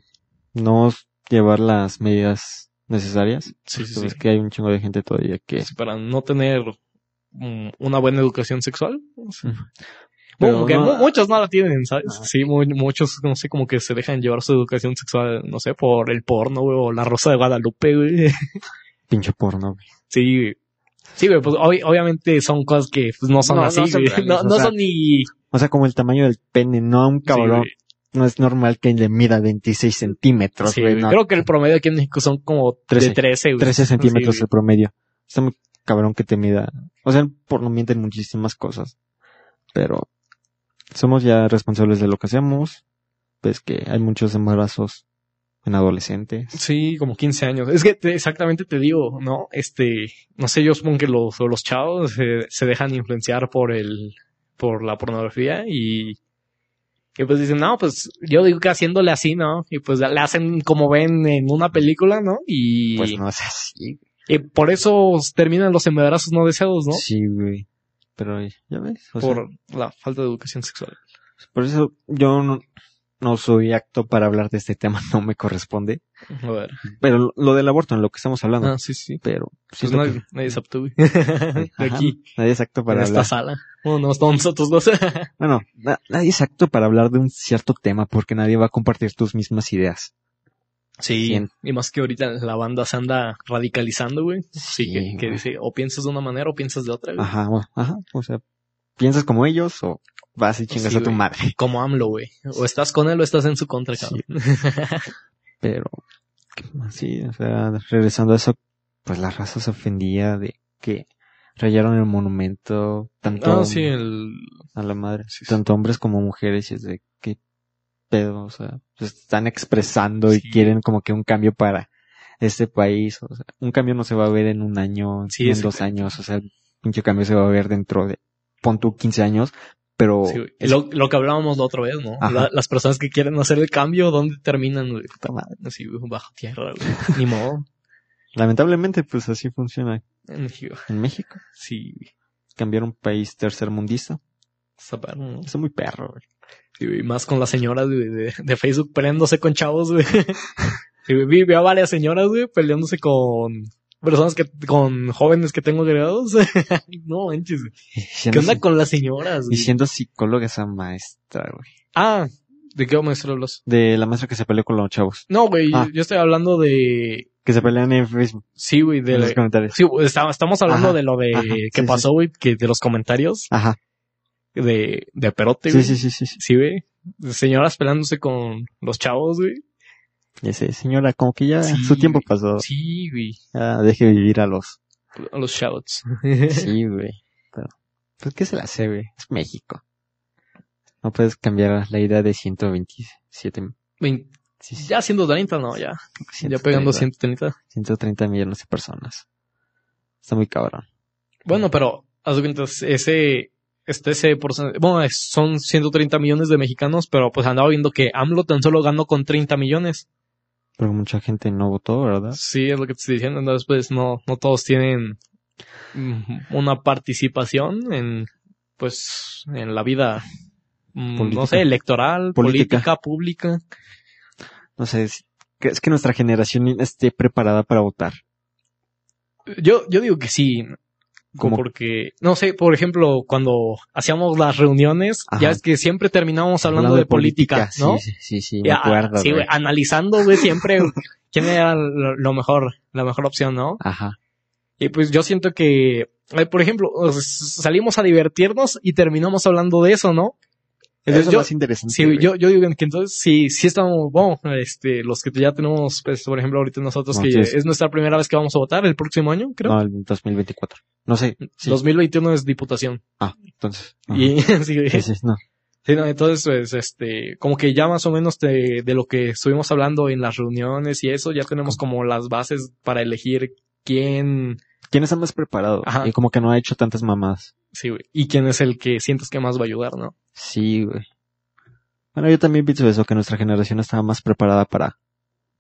Speaker 2: no llevar las medidas necesarias.
Speaker 1: sí, sí, sí.
Speaker 2: Pues Es que hay un chingo de gente todavía que...
Speaker 1: Sí, para no tener mm, una buena educación sexual. O sea,
Speaker 2: Ujú.
Speaker 1: bueno,
Speaker 2: Pero
Speaker 1: porque
Speaker 2: no-
Speaker 1: mu- muchos no la tienen, ¿sabes?
Speaker 2: Ah.
Speaker 1: Sí, mu- muchos, no sé, como que se dejan llevar su educación sexual, no sé, por el porno, güey, o la rosa de Guadalupe, güey.
Speaker 2: Pinche porno, güey.
Speaker 1: Sí, güey. Sí, güey, pues ob- obviamente son cosas que pues, no son
Speaker 2: No, no
Speaker 1: así,
Speaker 2: son
Speaker 1: güey.
Speaker 2: reales,
Speaker 1: no,
Speaker 2: o
Speaker 1: no
Speaker 2: sea,
Speaker 1: son ni...
Speaker 2: O sea, como el tamaño del pene, no un cabrón.
Speaker 1: Sí,
Speaker 2: no es normal que le mida 26
Speaker 1: güey.
Speaker 2: centímetros,
Speaker 1: Sí,
Speaker 2: güey.
Speaker 1: güey.
Speaker 2: no,
Speaker 1: Creo que el promedio aquí en México son como de
Speaker 2: 13.
Speaker 1: 13, güey.
Speaker 2: 13 centímetros
Speaker 1: Sí,
Speaker 2: el promedio. Está muy cabrón que te mida. O sea, por no mienten muchísimas cosas. Pero somos ya responsables de lo que hacemos. Ves que hay muchos embarazos en adolescentes.
Speaker 1: Sí, como 15 años. Es que te- exactamente te digo, ¿no? Este, no sé, yo supongo que los, los chavos eh, se dejan influenciar por el, por la pornografía y, y pues dicen, no, pues yo digo que haciéndole así, ¿no? Y pues le hacen como ven en una película, ¿no? Y,
Speaker 2: Pues no es así.
Speaker 1: y por eso terminan los embarazos no deseados, ¿no?
Speaker 2: Sí, pues güey. Pero eh, ya ves. o sea,
Speaker 1: por
Speaker 2: por...
Speaker 1: la falta de educación sexual.
Speaker 2: eso yo no, no soy acto para hablar de este tema, no me corresponde.
Speaker 1: A ver.
Speaker 2: Pero lo, lo del aborto, en lo que estamos hablando.
Speaker 1: Ah, sí, sí.
Speaker 2: Pero
Speaker 1: Pues
Speaker 2: siento
Speaker 1: nadie,
Speaker 2: que-
Speaker 1: nadie se obtuvo
Speaker 2: Ajá,
Speaker 1: aquí,
Speaker 2: nadie es acto
Speaker 1: en
Speaker 2: para
Speaker 1: esta
Speaker 2: hablar.
Speaker 1: sala. Bueno, no, nosotros dos.
Speaker 2: Bueno, na- nadie es acto para hablar de un cierto tema porque nadie va a compartir tus mismas ideas.
Speaker 1: Sí,
Speaker 2: Cien.
Speaker 1: y más que ahorita la banda se anda radicalizando, güey. Sí,
Speaker 2: Sí,
Speaker 1: que, que
Speaker 2: güey. Ah.
Speaker 1: dice, o piensas de una manera o piensas de otra, güey.
Speaker 2: Ajá, o- ajá. O sea, piensas como ellos o vas y chingas
Speaker 1: Sí,
Speaker 2: a tu
Speaker 1: güey.
Speaker 2: madre.
Speaker 1: Como AMLO, güey. O estás con él o estás en su contra,
Speaker 2: Sí.
Speaker 1: cabrón.
Speaker 2: Pero Sí, o sea, regresando a eso, pues la raza se ofendía de que rayaron el monumento tanto
Speaker 1: Ah, sí, el...
Speaker 2: a la madre,
Speaker 1: Sí, sí.
Speaker 2: tanto hombres como mujeres y es de qué pedo, o sea, pues están expresando y
Speaker 1: Sí.
Speaker 2: quieren como que un cambio para este país, o sea, un cambio no se va a ver en un año,
Speaker 1: Sí,
Speaker 2: ni en dos
Speaker 1: exacto.
Speaker 2: años, o sea, el pinche cambio se va a ver dentro de, pon tú 15 años, pero
Speaker 1: sí, güey.
Speaker 2: es
Speaker 1: lo, lo que hablábamos la otra vez, ¿no?
Speaker 2: Ajá.
Speaker 1: La- las personas que quieren hacer el cambio, ¿dónde terminan, güey?
Speaker 2: puta madre.
Speaker 1: Así, güey, bajo tierra, güey. Ni modo.
Speaker 2: Lamentablemente, pues así funciona
Speaker 1: En México.
Speaker 2: en México,
Speaker 1: Sí, güey.
Speaker 2: cambiar un país tercermundista,
Speaker 1: Está perro, ¿no?
Speaker 2: es muy perro, güey.
Speaker 1: Sí, güey, más con las señoras güey, de, de Facebook peleándose con chavos, güey. Sí, güey, vi, vi a varias señoras, güey, peleándose con personas que, con jóvenes que tengo agregados. no manches, güey. ¿Qué
Speaker 2: Siendo
Speaker 1: onda
Speaker 2: si-
Speaker 1: con las señoras,
Speaker 2: Y
Speaker 1: güey?
Speaker 2: siendo psicóloga esa maestra, güey.
Speaker 1: Ah, ¿de qué maestro hablas?
Speaker 2: De la maestra que se peleó con los chavos.
Speaker 1: No, güey,
Speaker 2: Ah.
Speaker 1: yo estoy hablando de...
Speaker 2: Que se pelean en Facebook,
Speaker 1: Sí, güey, de...
Speaker 2: en los comentarios.
Speaker 1: Sí, güey, está- estamos hablando
Speaker 2: Ajá,
Speaker 1: de lo de
Speaker 2: ajá,
Speaker 1: que
Speaker 2: sí,
Speaker 1: pasó, güey, que de los comentarios
Speaker 2: Ajá.
Speaker 1: de, de Perote,
Speaker 2: Sí,
Speaker 1: güey.
Speaker 2: sí, sí, sí. sí.
Speaker 1: Sí, güey. Señoras peleándose con los chavos, güey.
Speaker 2: Ya sé, señora, como que ya
Speaker 1: Sí,
Speaker 2: su tiempo
Speaker 1: güey.
Speaker 2: pasó.
Speaker 1: Sí, güey.
Speaker 2: Ya deje vivir a los.
Speaker 1: A los chavos.
Speaker 2: Sí, güey. Pero, pues, ¿qué se la hace, güey? Es México. No puedes cambiar la idea de 127.
Speaker 1: Vein-
Speaker 2: Sí, sí,
Speaker 1: Ya 130, no, ya.
Speaker 2: creo que
Speaker 1: Ya pegando
Speaker 2: 130,
Speaker 1: 130.
Speaker 2: 130 millones de personas. Está muy cabrón.
Speaker 1: Bueno, pero, haz de cuenta, ese, este, ese porcentaje, bueno, es- son 130 millones de mexicanos, pero pues andaba viendo que AMLO tan solo ganó con 30 millones.
Speaker 2: Pero mucha gente no votó, ¿verdad?
Speaker 1: Sí, es lo que te estoy diciendo. Entonces, pues, no, no todos tienen mm, una participación en, pues, en la vida, mm,
Speaker 2: Política.
Speaker 1: no sé, electoral,
Speaker 2: Política.
Speaker 1: política, pública.
Speaker 2: No sé, es- ¿crees que nuestra generación esté preparada para votar?
Speaker 1: Yo, yo digo que sí.
Speaker 2: Como-
Speaker 1: Porque, no sé, por ejemplo, cuando hacíamos las reuniones,
Speaker 2: Ajá.
Speaker 1: ya es que siempre terminábamos hablando, de, política, ¿no?
Speaker 2: Sí, sí, sí, sí,
Speaker 1: Y
Speaker 2: me
Speaker 1: a-
Speaker 2: acuerdo.
Speaker 1: sí, güey,
Speaker 2: güey.
Speaker 1: analizando, güey, siempre quién era lo lo mejor, la mejor opción, ¿no?
Speaker 2: Ajá.
Speaker 1: Y pues yo siento que, eh, por ejemplo, o sea, salimos a divertirnos y terminamos hablando de eso, ¿no?
Speaker 2: Eso es
Speaker 1: yo-
Speaker 2: lo más interesante.
Speaker 1: Sí,
Speaker 2: güey.
Speaker 1: yo, yo digo que entonces sí, sí estamos, bueno, este, los que ya tenemos, pues, por ejemplo, ahorita nosotros, que
Speaker 2: Entonces-
Speaker 1: es nuestra primera vez que vamos a votar el próximo año, creo.
Speaker 2: No, el 2024. No sé. Sí,
Speaker 1: 2021 es diputación.
Speaker 2: entonces.
Speaker 1: Y sí,
Speaker 2: ajá. Sí, sí, no.
Speaker 1: sí, no, entonces, pues, este, como que ya más o menos de, de lo que estuvimos hablando en las reuniones y eso, ya tenemos como las bases para elegir quién,
Speaker 2: ¿Quién está más preparado?
Speaker 1: Ajá.
Speaker 2: Y como que no ha hecho tantas mamadas.
Speaker 1: sí, güey, y quién es el que sientes que más va a ayudar, ¿no?
Speaker 2: Sí, güey. Bueno, yo también pienso eso, que nuestra generación estaba más preparada para,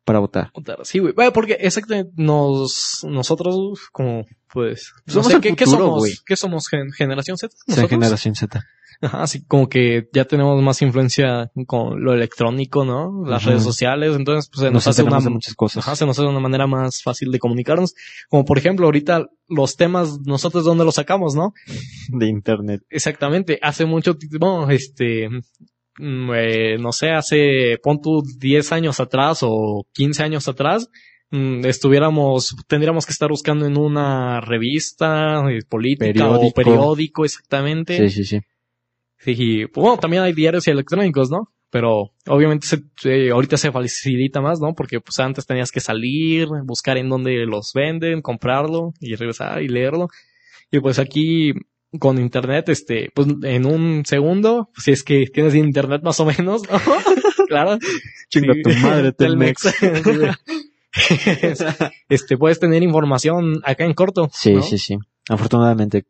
Speaker 2: para votar.
Speaker 1: Votar. Sí, güey, bueno, porque exactamente nos, nosotros, uf, como, pues, no
Speaker 2: Somos
Speaker 1: sé,
Speaker 2: el
Speaker 1: ¿qué, qué
Speaker 2: futuro,
Speaker 1: somos?
Speaker 2: güey.
Speaker 1: ¿Qué somos? Gen- ¿Generación Z?
Speaker 2: O sea,
Speaker 1: ¿Nosotros?
Speaker 2: generación Z.
Speaker 1: Ajá, sí, como que ya tenemos más influencia con lo electrónico, ¿no? Las
Speaker 2: Ajá.
Speaker 1: redes sociales, entonces, pues, se
Speaker 2: Nos
Speaker 1: nos hace una
Speaker 2: enteramos de muchas cosas.
Speaker 1: Ajá, se nos hace una manera más fácil de comunicarnos. Como por ejemplo, ahorita los temas, nosotros dónde los sacamos, ¿no?
Speaker 2: De internet.
Speaker 1: Exactamente, hace mucho tiempo, este, mm, eh, no sé, hace, pon tú 10 años atrás o 15 años atrás, mm, estuviéramos, tendríamos que estar buscando en una revista eh, política o
Speaker 2: Periódico.
Speaker 1: periódico, exactamente.
Speaker 2: Sí, sí, sí.
Speaker 1: Sí, y, pues, bueno, también hay diarios electrónicos, ¿no? Pero obviamente se- eh, ahorita se facilita más, ¿no? Porque pues antes tenías que salir, buscar en dónde los venden, comprarlo y regresar y leerlo. Y pues aquí con internet, este, pues en un segundo, pues, si es que tienes internet más o menos, ¿no? claro.
Speaker 2: Chinga
Speaker 1: Sí.
Speaker 2: tu madre, Telmex.
Speaker 1: Sí, güey. este, puedes tener información acá en corto.
Speaker 2: Sí,
Speaker 1: ¿no?
Speaker 2: sí, sí. Afortunadamente,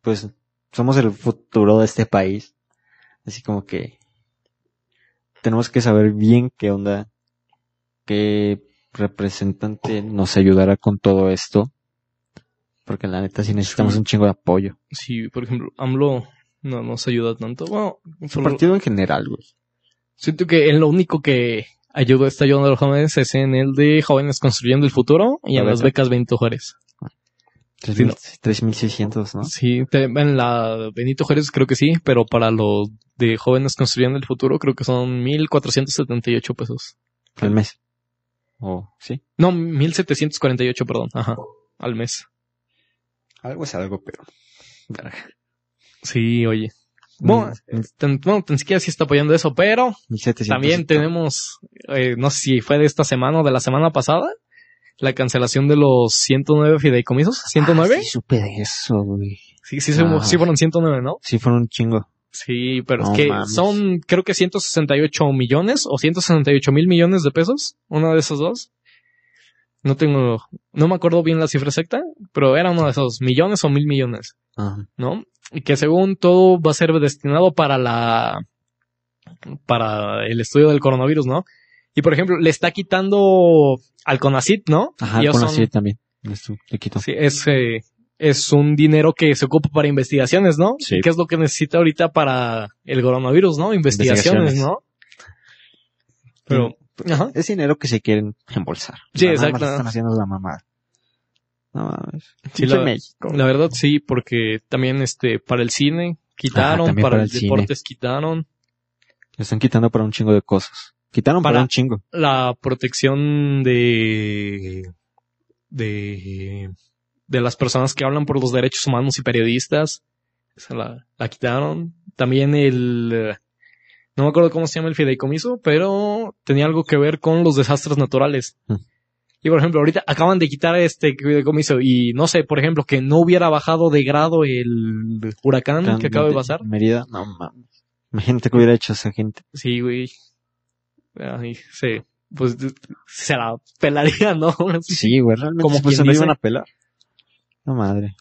Speaker 2: pues somos el futuro de este país. Así como que tenemos que saber bien qué onda, qué representante nos ayudará con todo esto. Porque la neta sí necesitamos
Speaker 1: Sí.
Speaker 2: un chingo de apoyo.
Speaker 1: Sí, por ejemplo, AMLO no nos ayuda tanto. Bueno,
Speaker 2: El
Speaker 1: solo-
Speaker 2: partido en general, güey.
Speaker 1: Siento que en lo único que ayudó, está ayudando a los jóvenes es en el de Jóvenes Construyendo el Futuro y
Speaker 2: La
Speaker 1: en las
Speaker 2: beca.
Speaker 1: becas Benito Juárez.
Speaker 2: Tres
Speaker 1: Sí,
Speaker 2: mil-
Speaker 1: no.
Speaker 2: 3.600, ¿no?
Speaker 1: Sí, te- en la Benito Juárez creo que sí, pero para los de Jóvenes Construyendo el Futuro creo que son 1.478 pesos.
Speaker 2: Al mes. O, sí.
Speaker 1: No, 1.748, perdón. Ajá, al mes.
Speaker 2: Algo es algo, pero. verga.
Speaker 1: Sí, oye. Bueno,
Speaker 2: Mm.
Speaker 1: tan, bueno, tan siquiera sí está apoyando eso, pero
Speaker 2: 1700.
Speaker 1: también tenemos, eh, no sé si fue de esta semana o de la semana pasada, la cancelación de los 109 fideicomisos. ¿109?
Speaker 2: Ah, sí, supe de eso, güey.
Speaker 1: sí, sí, son-
Speaker 2: Ah.
Speaker 1: sí fueron 109, ¿no?
Speaker 2: Sí, fueron un chingo.
Speaker 1: Sí, pero
Speaker 2: No
Speaker 1: es que
Speaker 2: mames.
Speaker 1: son, creo que 168 millones o 168 mil millones de pesos, una de esos dos. No tengo, no me acuerdo bien la cifra exacta, pero era uno de esos millones o mil millones,
Speaker 2: Ajá.
Speaker 1: ¿no? Y que según todo va a ser destinado para la, para el estudio del coronavirus, ¿no? Y por ejemplo, le está quitando al CONACIT, ¿no?
Speaker 2: Ajá,
Speaker 1: Y ellos
Speaker 2: con la
Speaker 1: son-
Speaker 2: serie también. Esto, le quito.
Speaker 1: Sí, es, eh, es un dinero que se ocupa para investigaciones, ¿no?
Speaker 2: Sí.
Speaker 1: ¿Qué es lo que necesita ahorita para el coronavirus, no? Investigaciones, ¿no? Pero, ajá.
Speaker 2: Es dinero que se quieren embolsar.
Speaker 1: Sí,
Speaker 2: Nada más
Speaker 1: exacto.
Speaker 2: Están haciendo la mamada. No mames.
Speaker 1: Sí,
Speaker 2: Pinche
Speaker 1: la-
Speaker 2: México.
Speaker 1: La verdad sí, porque también este para el cine quitaron,
Speaker 2: Ajá, también
Speaker 1: Ah, para,
Speaker 2: para
Speaker 1: el
Speaker 2: el
Speaker 1: deportes quitaron,
Speaker 2: Le están quitando para un chingo de cosas. Quitaron para,
Speaker 1: Para-
Speaker 2: un chingo.
Speaker 1: la protección de de de las personas que hablan por los derechos humanos y periodistas, esa la, la quitaron. También el eh, no me acuerdo cómo se llama el fideicomiso, pero tenía algo que ver con los desastres naturales.
Speaker 2: Mm.
Speaker 1: Y por ejemplo, ahorita acaban de quitar este fideicomiso y no sé, por ejemplo, que no hubiera bajado de grado el huracán que acaba de pasar.
Speaker 2: Mérida, no mames. Imagínate que hubiera hecho esa gente.
Speaker 1: Sí, güey. Ay, sí. Pues se la pelaría, ¿no?
Speaker 2: Sí, güey, realmente.
Speaker 1: Como quien
Speaker 2: pues, se lo
Speaker 1: dice.
Speaker 2: iban a pelar. No madre.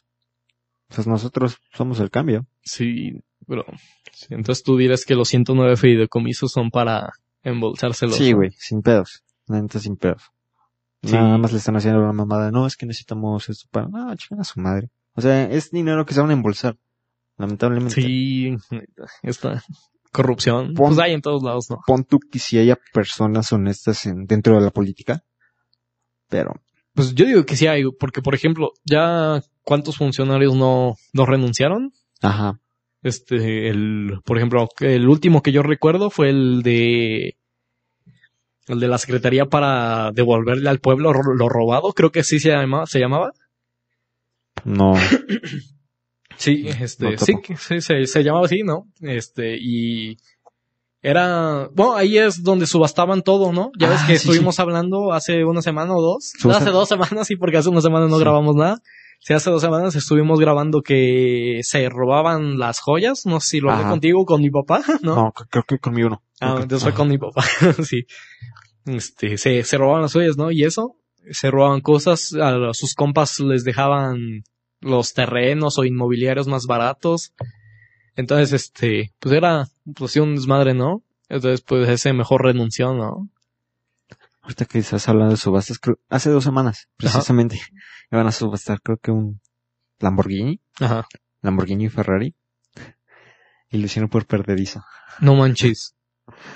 Speaker 2: Pues nosotros somos el cambio.
Speaker 1: Sí, pero sí, entonces tú dirás que los 109 fideicomisos son para embolsárselos.
Speaker 2: Sí, güey, sin pedos. La neta, sin pedos.
Speaker 1: Sí.
Speaker 2: Nada más le están haciendo una mamada. No, es que necesitamos esto para. No, chingan a su madre. O sea, es dinero que se van a embolsar. Lamentablemente.
Speaker 1: Sí, esta corrupción.
Speaker 2: Pon-
Speaker 1: Pues hay en todos lados, ¿no?
Speaker 2: Pon tú que si haya personas honestas en, dentro de la política. Pero.
Speaker 1: Pues yo digo que sí hay, porque por ejemplo, ya cuántos funcionarios no, no renunciaron.
Speaker 2: Ajá.
Speaker 1: Este, el, por ejemplo, el último que yo recuerdo fue el de. El de la Secretaría para devolverle al pueblo ro- lo robado, creo que sí se llamaba. ¿se llamaba?
Speaker 2: No.
Speaker 1: Sí,
Speaker 2: no
Speaker 1: este,
Speaker 2: topo.
Speaker 1: sí, que- sí, se, se llamaba así, ¿no? Este, y era, bueno, ahí es donde subastaban todo, ¿no? Ya ves
Speaker 2: Ah,
Speaker 1: que
Speaker 2: sí,
Speaker 1: estuvimos hablando hace una semana o dos, No,
Speaker 2: Subasta-
Speaker 1: hace dos semanas, sí, porque hace una semana no
Speaker 2: Sí.
Speaker 1: grabamos nada. Sí, hace dos semanas estuvimos grabando que se robaban las joyas, no sé si lo hablé
Speaker 2: Ajá.
Speaker 1: contigo o con mi papá, ¿no?
Speaker 2: No, c- creo que conmigo no.
Speaker 1: Ah,
Speaker 2: Ok.
Speaker 1: entonces fue
Speaker 2: Ajá.
Speaker 1: con mi papá, sí. Este, se, se robaban las suyas, ¿no? Y eso, se robaban cosas, a los- sus compas les dejaban los terrenos o inmobiliarios más baratos. Entonces, este, pues era, pues sí, un desmadre, ¿no? Entonces, pues ese mejor renunció, ¿no?
Speaker 2: Ahorita que estás hablando de subastas, creo, hace dos semanas, precisamente, iban a subastar, creo que un Lamborghini,
Speaker 1: Ajá.
Speaker 2: Lamborghini y Ferrari, y lo hicieron por perdedizo.
Speaker 1: No manches.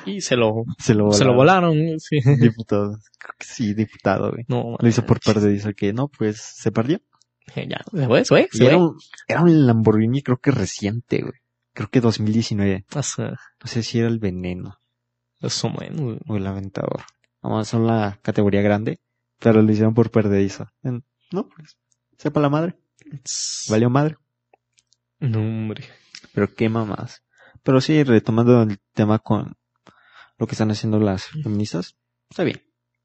Speaker 1: Y se lo,
Speaker 2: Se lo volaron.
Speaker 1: se lo volaron, sí.
Speaker 2: Diputado. Creo que sí, diputado, güey.
Speaker 1: No,
Speaker 2: Lo hizo por
Speaker 1: manches. Eh,
Speaker 2: perdedizo, que no, pues se perdió.
Speaker 1: Ya, se fue, se fue,
Speaker 2: Y
Speaker 1: se
Speaker 2: era,
Speaker 1: fue.
Speaker 2: un, era un Lamborghini, creo que reciente, güey. Creo que 2019.
Speaker 1: Ah, sí,
Speaker 2: No sé si era el veneno
Speaker 1: Más o menos.
Speaker 2: o el aventador. Vamos, son la categoría grande, pero lo hicieron por perdedizo. En- No, pues, sepa la madre. Valió madre.
Speaker 1: No, hombre.
Speaker 2: Pero qué más. Pero sí, retomando el tema con lo que están haciendo las feministas, está bien.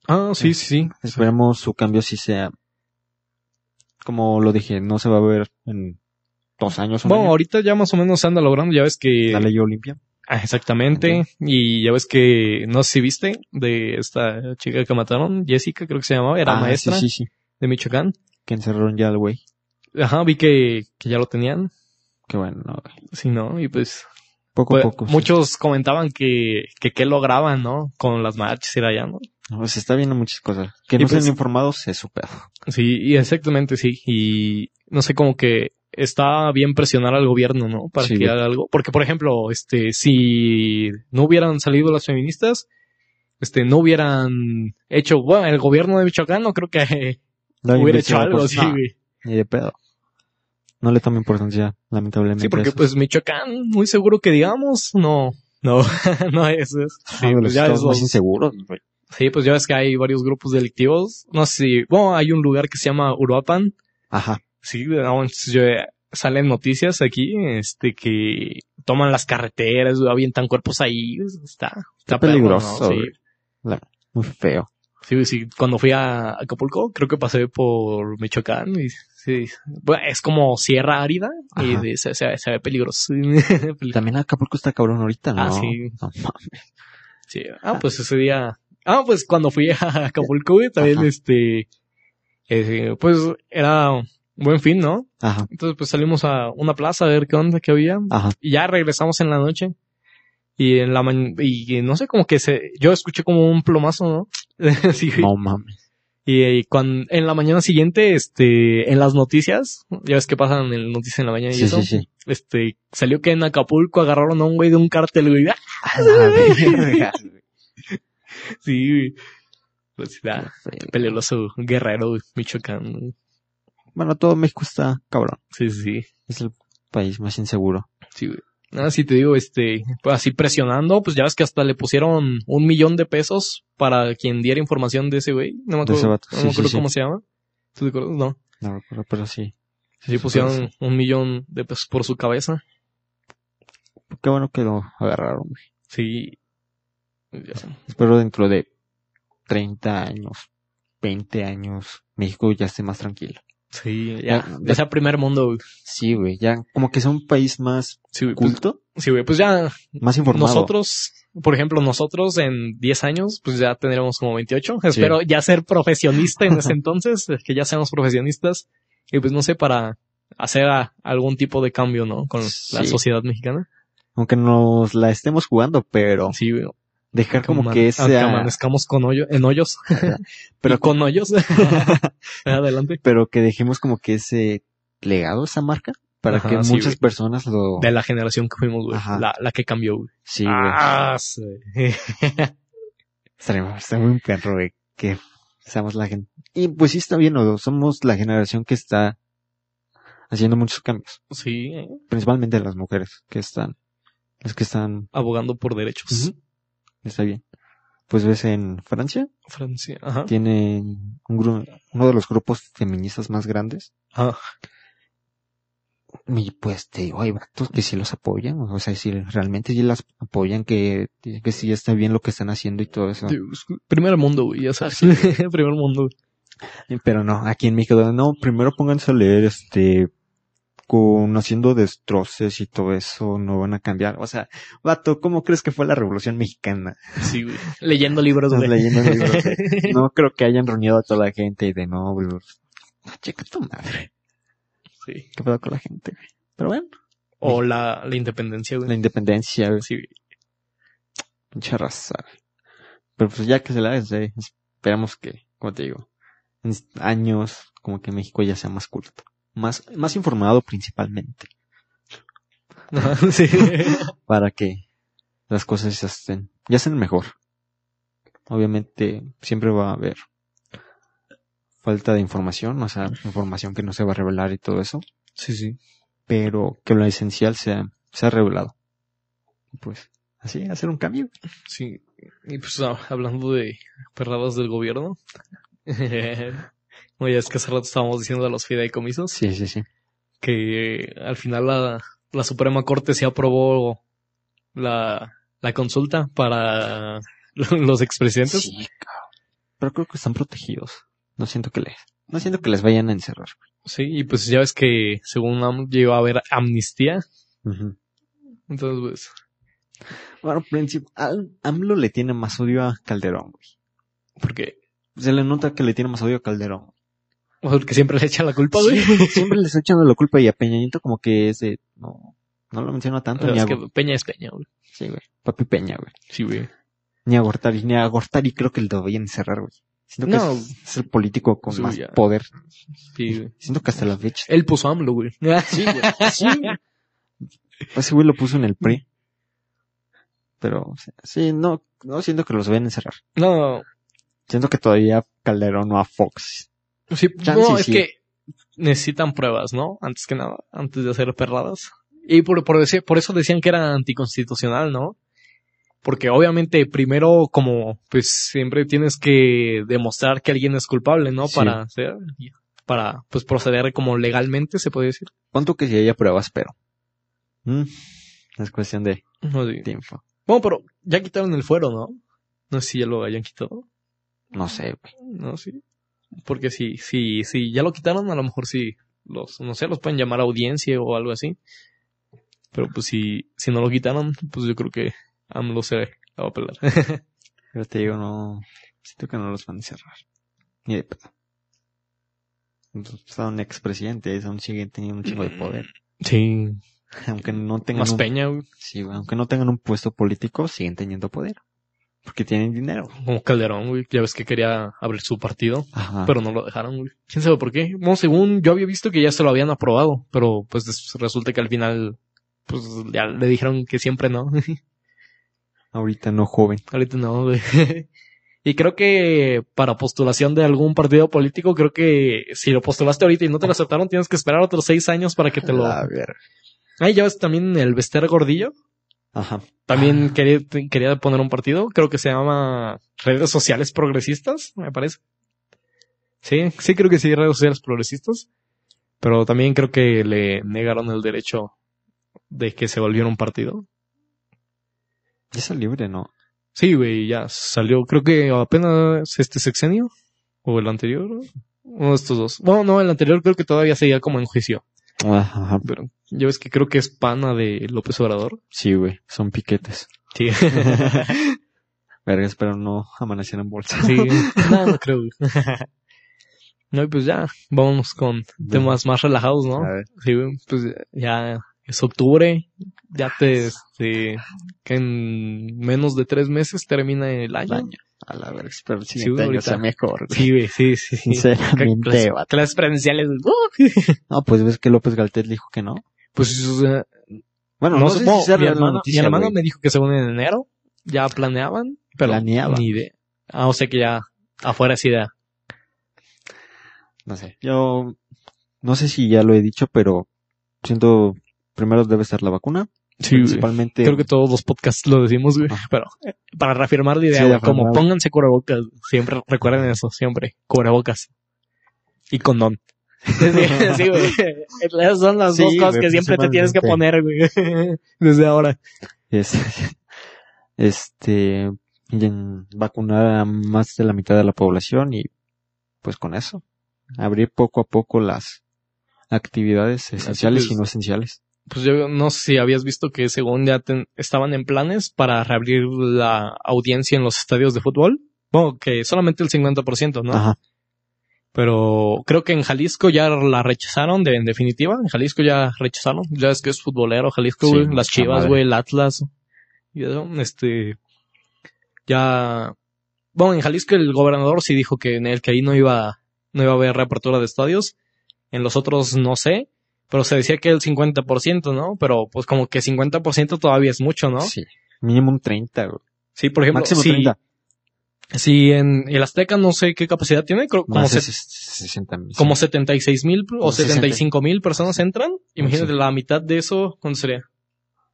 Speaker 1: Ah, sí, sí, sí.
Speaker 2: Esperemos su cambio si sea, como lo dije, no se va a ver en dos años. un
Speaker 1: Bueno,
Speaker 2: año,
Speaker 1: ahorita ya más o menos se anda logrando, ya ves que...
Speaker 2: la ley Olimpia.
Speaker 1: Ah, exactamente, y ya ves que, no sé si viste, de esta chica que mataron, Jessica creo que se llamaba, era
Speaker 2: Ah,
Speaker 1: maestra
Speaker 2: Sí, sí, sí.
Speaker 1: de Michoacán.
Speaker 2: Que encerraron ya al güey.
Speaker 1: Ajá, vi que, que ya lo tenían,
Speaker 2: Que bueno, no, güey.
Speaker 1: sí, ¿no? Y pues,
Speaker 2: poco a
Speaker 1: pues,
Speaker 2: poco. sí.
Speaker 1: muchos comentaban que, que qué lograban, ¿no? Con las marchas y era allá, ¿no?
Speaker 2: No, se está viendo muchas cosas. Que
Speaker 1: Y
Speaker 2: no
Speaker 1: pues-
Speaker 2: sean informados es su pedo.
Speaker 1: Sí, y exactamente, sí, y no sé, como que está bien presionar al gobierno, ¿no? Para
Speaker 2: Sí,
Speaker 1: que
Speaker 2: güey.
Speaker 1: haga algo, porque por ejemplo, este, si no hubieran salido las feministas, este, no hubieran hecho, bueno, el gobierno de Michoacán no creo que...
Speaker 2: No hay
Speaker 1: hubiera hecho
Speaker 2: investigación,
Speaker 1: algo,
Speaker 2: pues,
Speaker 1: sí,
Speaker 2: no,
Speaker 1: güey.
Speaker 2: Ni de pedo. No le toma importancia, lamentablemente.
Speaker 1: Sí, porque
Speaker 2: eso.
Speaker 1: pues Michoacán, muy seguro que digamos, no, no, no es. es-
Speaker 2: Ah,
Speaker 1: sí,
Speaker 2: de
Speaker 1: pues
Speaker 2: los
Speaker 1: ya
Speaker 2: estados
Speaker 1: ves
Speaker 2: más
Speaker 1: los-
Speaker 2: inseguros, güey.
Speaker 1: sí, pues ya ves que hay varios grupos delictivos. No sé si, bueno, hay un lugar que se llama Uruapan.
Speaker 2: Ajá.
Speaker 1: Sí, no, entonces yo, eh, salen noticias aquí, este, que toman las carreteras, güey, avientan cuerpos ahí, está, está,
Speaker 2: Está
Speaker 1: perro, ¿no?
Speaker 2: peligroso,
Speaker 1: Sí.
Speaker 2: güey. Muy feo.
Speaker 1: Sí, güey, sí, cuando fui a Acapulco, creo que pasé por Michoacán y sí, bueno, es como sierra árida y
Speaker 2: Ajá.
Speaker 1: de- se, se- se ve peligroso.
Speaker 2: También Acapulco está cabrón ahorita, ¿no?
Speaker 1: Ah, sí.
Speaker 2: No mames.
Speaker 1: Sí. Ah, pues ese día, ah, pues cuando fui a Acapulco, güey, también
Speaker 2: Ajá.
Speaker 1: este, eh, pues era buen fin, ¿no?
Speaker 2: Ajá,
Speaker 1: Entonces pues salimos a una plaza a ver qué onda, qué había
Speaker 2: ajá.
Speaker 1: y ya regresamos en la noche. Y en la mañana, y no sé, como que se, yo escuché como un plomazo, ¿no? sí, güey.
Speaker 2: No mames.
Speaker 1: Y, eh, cuan- en la mañana siguiente, este, en las noticias, ya ves que pasan en noticias en la mañana y
Speaker 2: Sí,
Speaker 1: eso,
Speaker 2: sí, sí.
Speaker 1: este, salió que en Acapulco agarraron a un güey de un cártel, güey. ¡Ah!
Speaker 2: A la verga, güey.
Speaker 1: Sí, güey. Pues, ah,
Speaker 2: Feo.
Speaker 1: peligroso guerrero, güey, Michoacán. güey.
Speaker 2: Bueno, todo México está cabrón.
Speaker 1: Sí, sí,
Speaker 2: Es el país más inseguro.
Speaker 1: sí, güey. Nada, sí te digo, este, pues así presionando, pues ya ves que hasta le pusieron un millón de pesos para quien diera información de ese güey. No me
Speaker 2: De ese
Speaker 1: acuerdo,
Speaker 2: vato.
Speaker 1: no
Speaker 2: Sí,
Speaker 1: me
Speaker 2: sí,
Speaker 1: acuerdo
Speaker 2: sí.
Speaker 1: cómo se llama. ¿Tú te acuerdas? No.
Speaker 2: No recuerdo, pero sí.
Speaker 1: Sí, pusieron un millón de pesos por su cabeza.
Speaker 2: Qué bueno que lo agarraron. güey.
Speaker 1: Sí. Ya.
Speaker 2: Espero dentro de 30 años, 20 años, México ya esté más tranquilo.
Speaker 1: Sí, ya.
Speaker 2: Ya,
Speaker 1: Ya sea primer mundo, güey.
Speaker 2: Sí, güey. Ya como que sea un país más
Speaker 1: Sí, güey, pues,
Speaker 2: culto,
Speaker 1: sí, güey, pues ya
Speaker 2: más informado.
Speaker 1: nosotros, por ejemplo, nosotros en 10 años, pues ya tendremos como 28. Espero ya ser profesionista en ese entonces, que ya seamos profesionistas. Y pues no sé, para hacer a- algún tipo de cambio, ¿no? Con la
Speaker 2: Sí.
Speaker 1: sociedad mexicana.
Speaker 2: Aunque nos la estemos jugando, pero
Speaker 1: Sí, güey.
Speaker 2: dejar como
Speaker 1: Aman-
Speaker 2: que
Speaker 1: aunque
Speaker 2: esa...
Speaker 1: amanezcamos con hoyo, en hoyos.
Speaker 2: Pero
Speaker 1: Pero con hoyos. Adelante.
Speaker 2: pero que dejemos como que ese legado, esa marca, para
Speaker 1: Ajá,
Speaker 2: que
Speaker 1: sí,
Speaker 2: muchas
Speaker 1: güey.
Speaker 2: personas lo...
Speaker 1: De la generación que fuimos, güey.
Speaker 2: Ajá.
Speaker 1: La, la que cambió, güey.
Speaker 2: Sí, güey.
Speaker 1: Ah, sí.
Speaker 2: Estaría, estaría muy perro, güey, que seamos la gente. Y pues sí está bien, ¿no? somos la generación que está haciendo muchos cambios,
Speaker 1: Sí, eh,
Speaker 2: principalmente las mujeres que están, las que están,
Speaker 1: abogando por derechos.
Speaker 2: Ujú. está bien. Pues ves en Francia,
Speaker 1: Francia, ajá.
Speaker 2: tienen un gru- uno de los grupos feministas más grandes.
Speaker 1: Ah,
Speaker 2: Y pues te digo, hay vatos que sí los apoyan, o sea, si realmente sí las apoyan, que, que sí está bien lo que están haciendo y todo eso.
Speaker 1: Dios, primer mundo, güey, ya sabes. primer mundo. güey.
Speaker 2: Pero no, aquí en México, no, primero pónganse a leer, este, con haciendo destroces y todo eso, no van a cambiar. O sea, vato, ¿cómo crees que fue la Revolución Mexicana?
Speaker 1: Sí, güey. Leyendo libros,
Speaker 2: Estás
Speaker 1: güey.
Speaker 2: leyendo libros. No creo que hayan reunido a toda la gente y de no, güey, no, checa tu madre.
Speaker 1: Sí.
Speaker 2: ¿Qué pedo con la gente? Pero bueno,
Speaker 1: O la, la independencia,
Speaker 2: la
Speaker 1: güey.
Speaker 2: independencia, güey,
Speaker 1: Sí, güey.
Speaker 2: pinche raza. Pero pues ya que se la hace, esperamos que, como te digo, en años, como que México ya sea más culto. Más, más informado principalmente. Ah,
Speaker 1: Ajá, sí.
Speaker 2: para que las cosas ya estén, ya estén mejor. Obviamente siempre va a haber falta de información, o sea, información que no se va a revelar y todo eso,
Speaker 1: sí, sí.
Speaker 2: pero que lo esencial sea, sea revelado. Y Pues así, hacer un cambio.
Speaker 1: Sí. Y pues ah, hablando de perradas del gobierno. Oye, es que hace rato estábamos diciendo de los fideicomisos
Speaker 2: Sí, sí, sí.
Speaker 1: que eh, al final la, la Suprema Corte sí aprobó la, la consulta para los expresidentes.
Speaker 2: Sí, cabrón. Pero creo que están protegidos. No siento que les, no siento que les vayan a encerrar.
Speaker 1: Sí, y pues ya ves que según AMLO ya iba a haber amnistía. Entonces, pues,
Speaker 2: Bueno, princip- al- AMLO le tiene más odio a Calderón, güey.
Speaker 1: porque,
Speaker 2: Se le nota que le tiene más odio a Calderón.
Speaker 1: porque siempre le echan la culpa,
Speaker 2: Sí,
Speaker 1: güey.
Speaker 2: güey, siempre le está echando la culpa y a Peña Nieto como que es de, no, no lo menciona tanto ni
Speaker 1: es
Speaker 2: a,
Speaker 1: que Peña es Peña, güey.
Speaker 2: sí, güey, papi Peña, güey.
Speaker 1: Sí, güey.
Speaker 2: Ni a Gortari, ni a Gortari creo que lo voy a encerrar, güey. Siento que
Speaker 1: No.
Speaker 2: es, es el político con
Speaker 1: Sí,
Speaker 2: más
Speaker 1: ya.
Speaker 2: poder.
Speaker 1: Sí, güey.
Speaker 2: Siento que hasta la fecha.
Speaker 1: Él puso AMLO, güey.
Speaker 2: Sí, güey. Sí, güey. Ese güey lo puso en el PRI. Pero, o sea, sí, no, no siento que los vayan a encerrar.
Speaker 1: No,
Speaker 2: Siento que todavía Calderón o a Fox.
Speaker 1: sí,
Speaker 2: Chance
Speaker 1: no,
Speaker 2: y
Speaker 1: es
Speaker 2: sí.
Speaker 1: que necesitan pruebas, ¿no? Antes que nada, antes de hacer perradas. Y por, por, decir- por eso decían que era anticonstitucional, ¿no? Porque obviamente primero, como, pues siempre tienes que demostrar que alguien es culpable, ¿no?
Speaker 2: Sí.
Speaker 1: Para hacer. para pues proceder como legalmente, se puede decir.
Speaker 2: ¿Cuánto que si haya pruebas, pero? Mm, es cuestión de
Speaker 1: No sé.
Speaker 2: tiempo.
Speaker 1: Bueno, pero ya quitaron el fuero, ¿no? No sé si ya lo hayan quitado.
Speaker 2: No sé, güey.
Speaker 1: No, sí. Porque si, si, si ya lo quitaron, a lo mejor sí los, no sé, los pueden llamar a audiencia o algo así. Pero pues si, si no lo quitaron, pues yo creo que AMLO se la va a pelar.
Speaker 2: Pero te digo, no. Siento que no los van a cerrar. Ni de pedo. Entonces, pues, a un expresidente, eso aún siguen teniendo un chingo de poder.
Speaker 1: Sí.
Speaker 2: Aunque no tengan
Speaker 1: Mm. Más
Speaker 2: un,
Speaker 1: peña, güey.
Speaker 2: sí, güey, aunque no tengan un puesto político, siguen teniendo poder. Porque tienen dinero.
Speaker 1: Como Calderón, güey. Ya ves que quería abrir su partido,
Speaker 2: Ajá.
Speaker 1: pero no lo dejaron, güey. ¿Quién sabe por qué? Bueno, según yo había visto que ya se lo habían aprobado, pero pues des- resulta que al final, pues ya le dijeron que siempre no.
Speaker 2: Ahorita no joven.
Speaker 1: Ahorita no, güey. Y creo que para postulación de algún partido político, creo que si lo postulaste ahorita y no te lo aceptaron, tienes que esperar otros seis años para que te lo...
Speaker 2: A ver.
Speaker 1: Ahí ya ves también el Vester Gordillo.
Speaker 2: Ajá.
Speaker 1: También
Speaker 2: Ah.
Speaker 1: quería, quería poner un partido. Creo que se llama Redes Sociales Progresistas, me parece. Sí, sí creo que sí, Redes Sociales Progresistas. Pero también creo que le negaron el derecho de que se volviera un partido.
Speaker 2: Ya está libre, ¿no?
Speaker 1: Sí, güey, ya salió, creo que apenas este sexenio o el anterior, uno de estos dos. Bueno, no, el anterior creo que todavía seguía como en juicio,
Speaker 2: Ajá. ajá.
Speaker 1: pero ya ves que creo que es pana de López Obrador.
Speaker 2: Sí, güey. Son piquetes.
Speaker 1: Sí,
Speaker 2: Vergas, pero no amanecieron en bolsa.
Speaker 1: sí, no, no creo. güey. No, y pues ya, vámonos con temas más relajados, ¿no?
Speaker 2: A ver.
Speaker 1: Sí, güey, pues ya es octubre, ya te, este, que en menos de tres meses termina el año.
Speaker 2: Daño. A la verga, pero el
Speaker 1: Sí,
Speaker 2: siguiente año
Speaker 1: ahorita.
Speaker 2: sea mejor. güey.
Speaker 1: Sí, güey, sí, sí. sí.
Speaker 2: Sinceramente,
Speaker 1: Clases,
Speaker 2: vato.
Speaker 1: clases presenciales. ¡uh!
Speaker 2: No, pues ves que López Galtet dijo que no.
Speaker 1: Pues o sea,
Speaker 2: Bueno,
Speaker 1: no,
Speaker 2: no, sé
Speaker 1: supongo.
Speaker 2: si sea
Speaker 1: mi
Speaker 2: real la
Speaker 1: hermano,
Speaker 2: noticia,
Speaker 1: mi hermano
Speaker 2: güey.
Speaker 1: me dijo que según en enero ya planeaban, pero
Speaker 2: Planeaban.
Speaker 1: ni idea. Ah, o sea que ya afuera es idea.
Speaker 2: No sé. Yo no sé si ya lo he dicho, pero siento primero debe estar la vacuna. principalmente
Speaker 1: Creo que todos los podcasts lo decimos, güey.
Speaker 2: Ajá.
Speaker 1: Pero eh, para reafirmar la idea,
Speaker 2: Ah. Sí,
Speaker 1: güey,
Speaker 2: reafirmar.
Speaker 1: como pónganse cubrebocas, siempre recuerden eso, siempre cubrebocas y condón. sí, güey. Esas son las
Speaker 2: Sí,
Speaker 1: dos cosas
Speaker 2: güey, pues,
Speaker 1: que siempre te tienes que poner, güey. Desde ahora.
Speaker 2: es este y en vacunar a más de la mitad de la población y pues con eso abrir poco a poco las actividades esenciales
Speaker 1: pues.
Speaker 2: y no esenciales.
Speaker 1: pues yo no sé si habías visto que según ya ten- estaban en planes para reabrir la audiencia en los estadios de fútbol. Bueno, que solamente el 50%, ¿no?
Speaker 2: Ajá.
Speaker 1: Pero creo que en Jalisco ya la rechazaron de, en definitiva. En Jalisco ya rechazaron. Ya es que es futbolero Jalisco,
Speaker 2: Sí,
Speaker 1: güey. Las
Speaker 2: la
Speaker 1: Chivas,
Speaker 2: madre.
Speaker 1: güey. El Atlas. Y eso, este... Ya... Bueno, en Jalisco el gobernador sí dijo que en el que ahí no iba, no iba a haber reapertura de estadios. En los otros no sé. Pero se decía que el 50%, ¿no? Pero pues como que 50% todavía es mucho, ¿no? Sí,
Speaker 2: Sí. Mínimo un 30, güey.
Speaker 1: por ejemplo,
Speaker 2: máximo
Speaker 1: si,
Speaker 2: 30.
Speaker 1: si en el Azteca no sé qué capacidad tiene, creo como
Speaker 2: Más
Speaker 1: se,
Speaker 2: de 60 mil.
Speaker 1: como 76 mil o
Speaker 2: Como Ah,
Speaker 1: 75 mil personas entran. Imagínate
Speaker 2: Sí.
Speaker 1: la mitad de eso, ¿cuánto sería?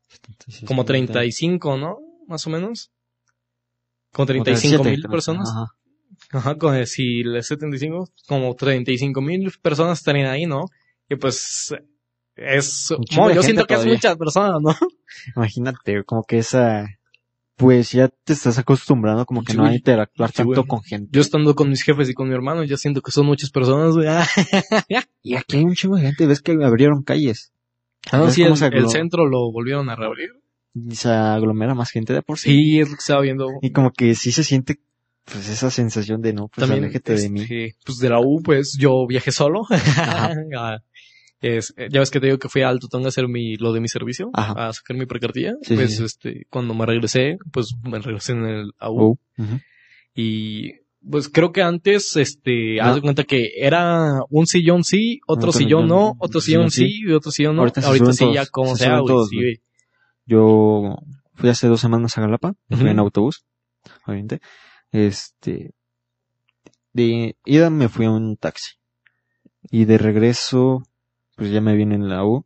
Speaker 2: 76,
Speaker 1: Como 35, ¿no? Más o menos. Como 35 mil
Speaker 2: 37,
Speaker 1: personas.
Speaker 2: Ajá.
Speaker 1: Ajá, con el, si el 75, como 35 mil personas estarían ahí, ¿no? Y pues es...
Speaker 2: Un chingo
Speaker 1: Bueno,
Speaker 2: de
Speaker 1: yo
Speaker 2: gente
Speaker 1: siento que
Speaker 2: todavía.
Speaker 1: es muchas personas, ¿no?
Speaker 2: Imagínate, güey, como que esa, pues ya te estás acostumbrando como que
Speaker 1: Sí,
Speaker 2: no a
Speaker 1: güey.
Speaker 2: interactuar
Speaker 1: Sí,
Speaker 2: tanto
Speaker 1: güey.
Speaker 2: con gente.
Speaker 1: Yo estando con mis jefes y con mi hermano, yo siento que son muchas personas, güey. Ah,
Speaker 2: Y aquí hay un chingo de gente, ves que abrieron calles.
Speaker 1: no,
Speaker 2: ¿Ves
Speaker 1: sí,
Speaker 2: cómo
Speaker 1: el,
Speaker 2: se
Speaker 1: el
Speaker 2: aglo-
Speaker 1: centro lo volvieron a reabrir.
Speaker 2: Y se aglomera más gente de por sí.
Speaker 1: Sí, es lo que estaba viendo.
Speaker 2: Y como que sí se siente, pues esa sensación de no, pues aléjate de mí.
Speaker 1: este, Pues de la U, pues yo viajé solo. Ah, es- ya ves que te digo que fui a Altotón a hacer mi, lo de mi servicio,
Speaker 2: Ajá.
Speaker 1: a sacar mi precartilla.
Speaker 2: Sí,
Speaker 1: pues
Speaker 2: sí, sí.
Speaker 1: este, cuando me regresé, pues me regresé en el AU.
Speaker 2: Oh, ujú.
Speaker 1: Y pues creo que antes, este,
Speaker 2: No.
Speaker 1: haz de cuenta que era un sillón sí, otro, sillón no, otro sillón sí, y otro sillón no.
Speaker 2: Ahorita
Speaker 1: Ahorita,
Speaker 2: se suben
Speaker 1: sí, ya
Speaker 2: todos,
Speaker 1: como
Speaker 2: se
Speaker 1: sea,
Speaker 2: suben
Speaker 1: güey.
Speaker 2: todos,
Speaker 1: sí,
Speaker 2: güey.
Speaker 1: güey.
Speaker 2: Yo fui hace dos semanas a Galapa, fui en
Speaker 1: Ujú.
Speaker 2: autobús, obviamente. Este, de ida me fui a un taxi. Y de regreso, pues ya me vine en la U.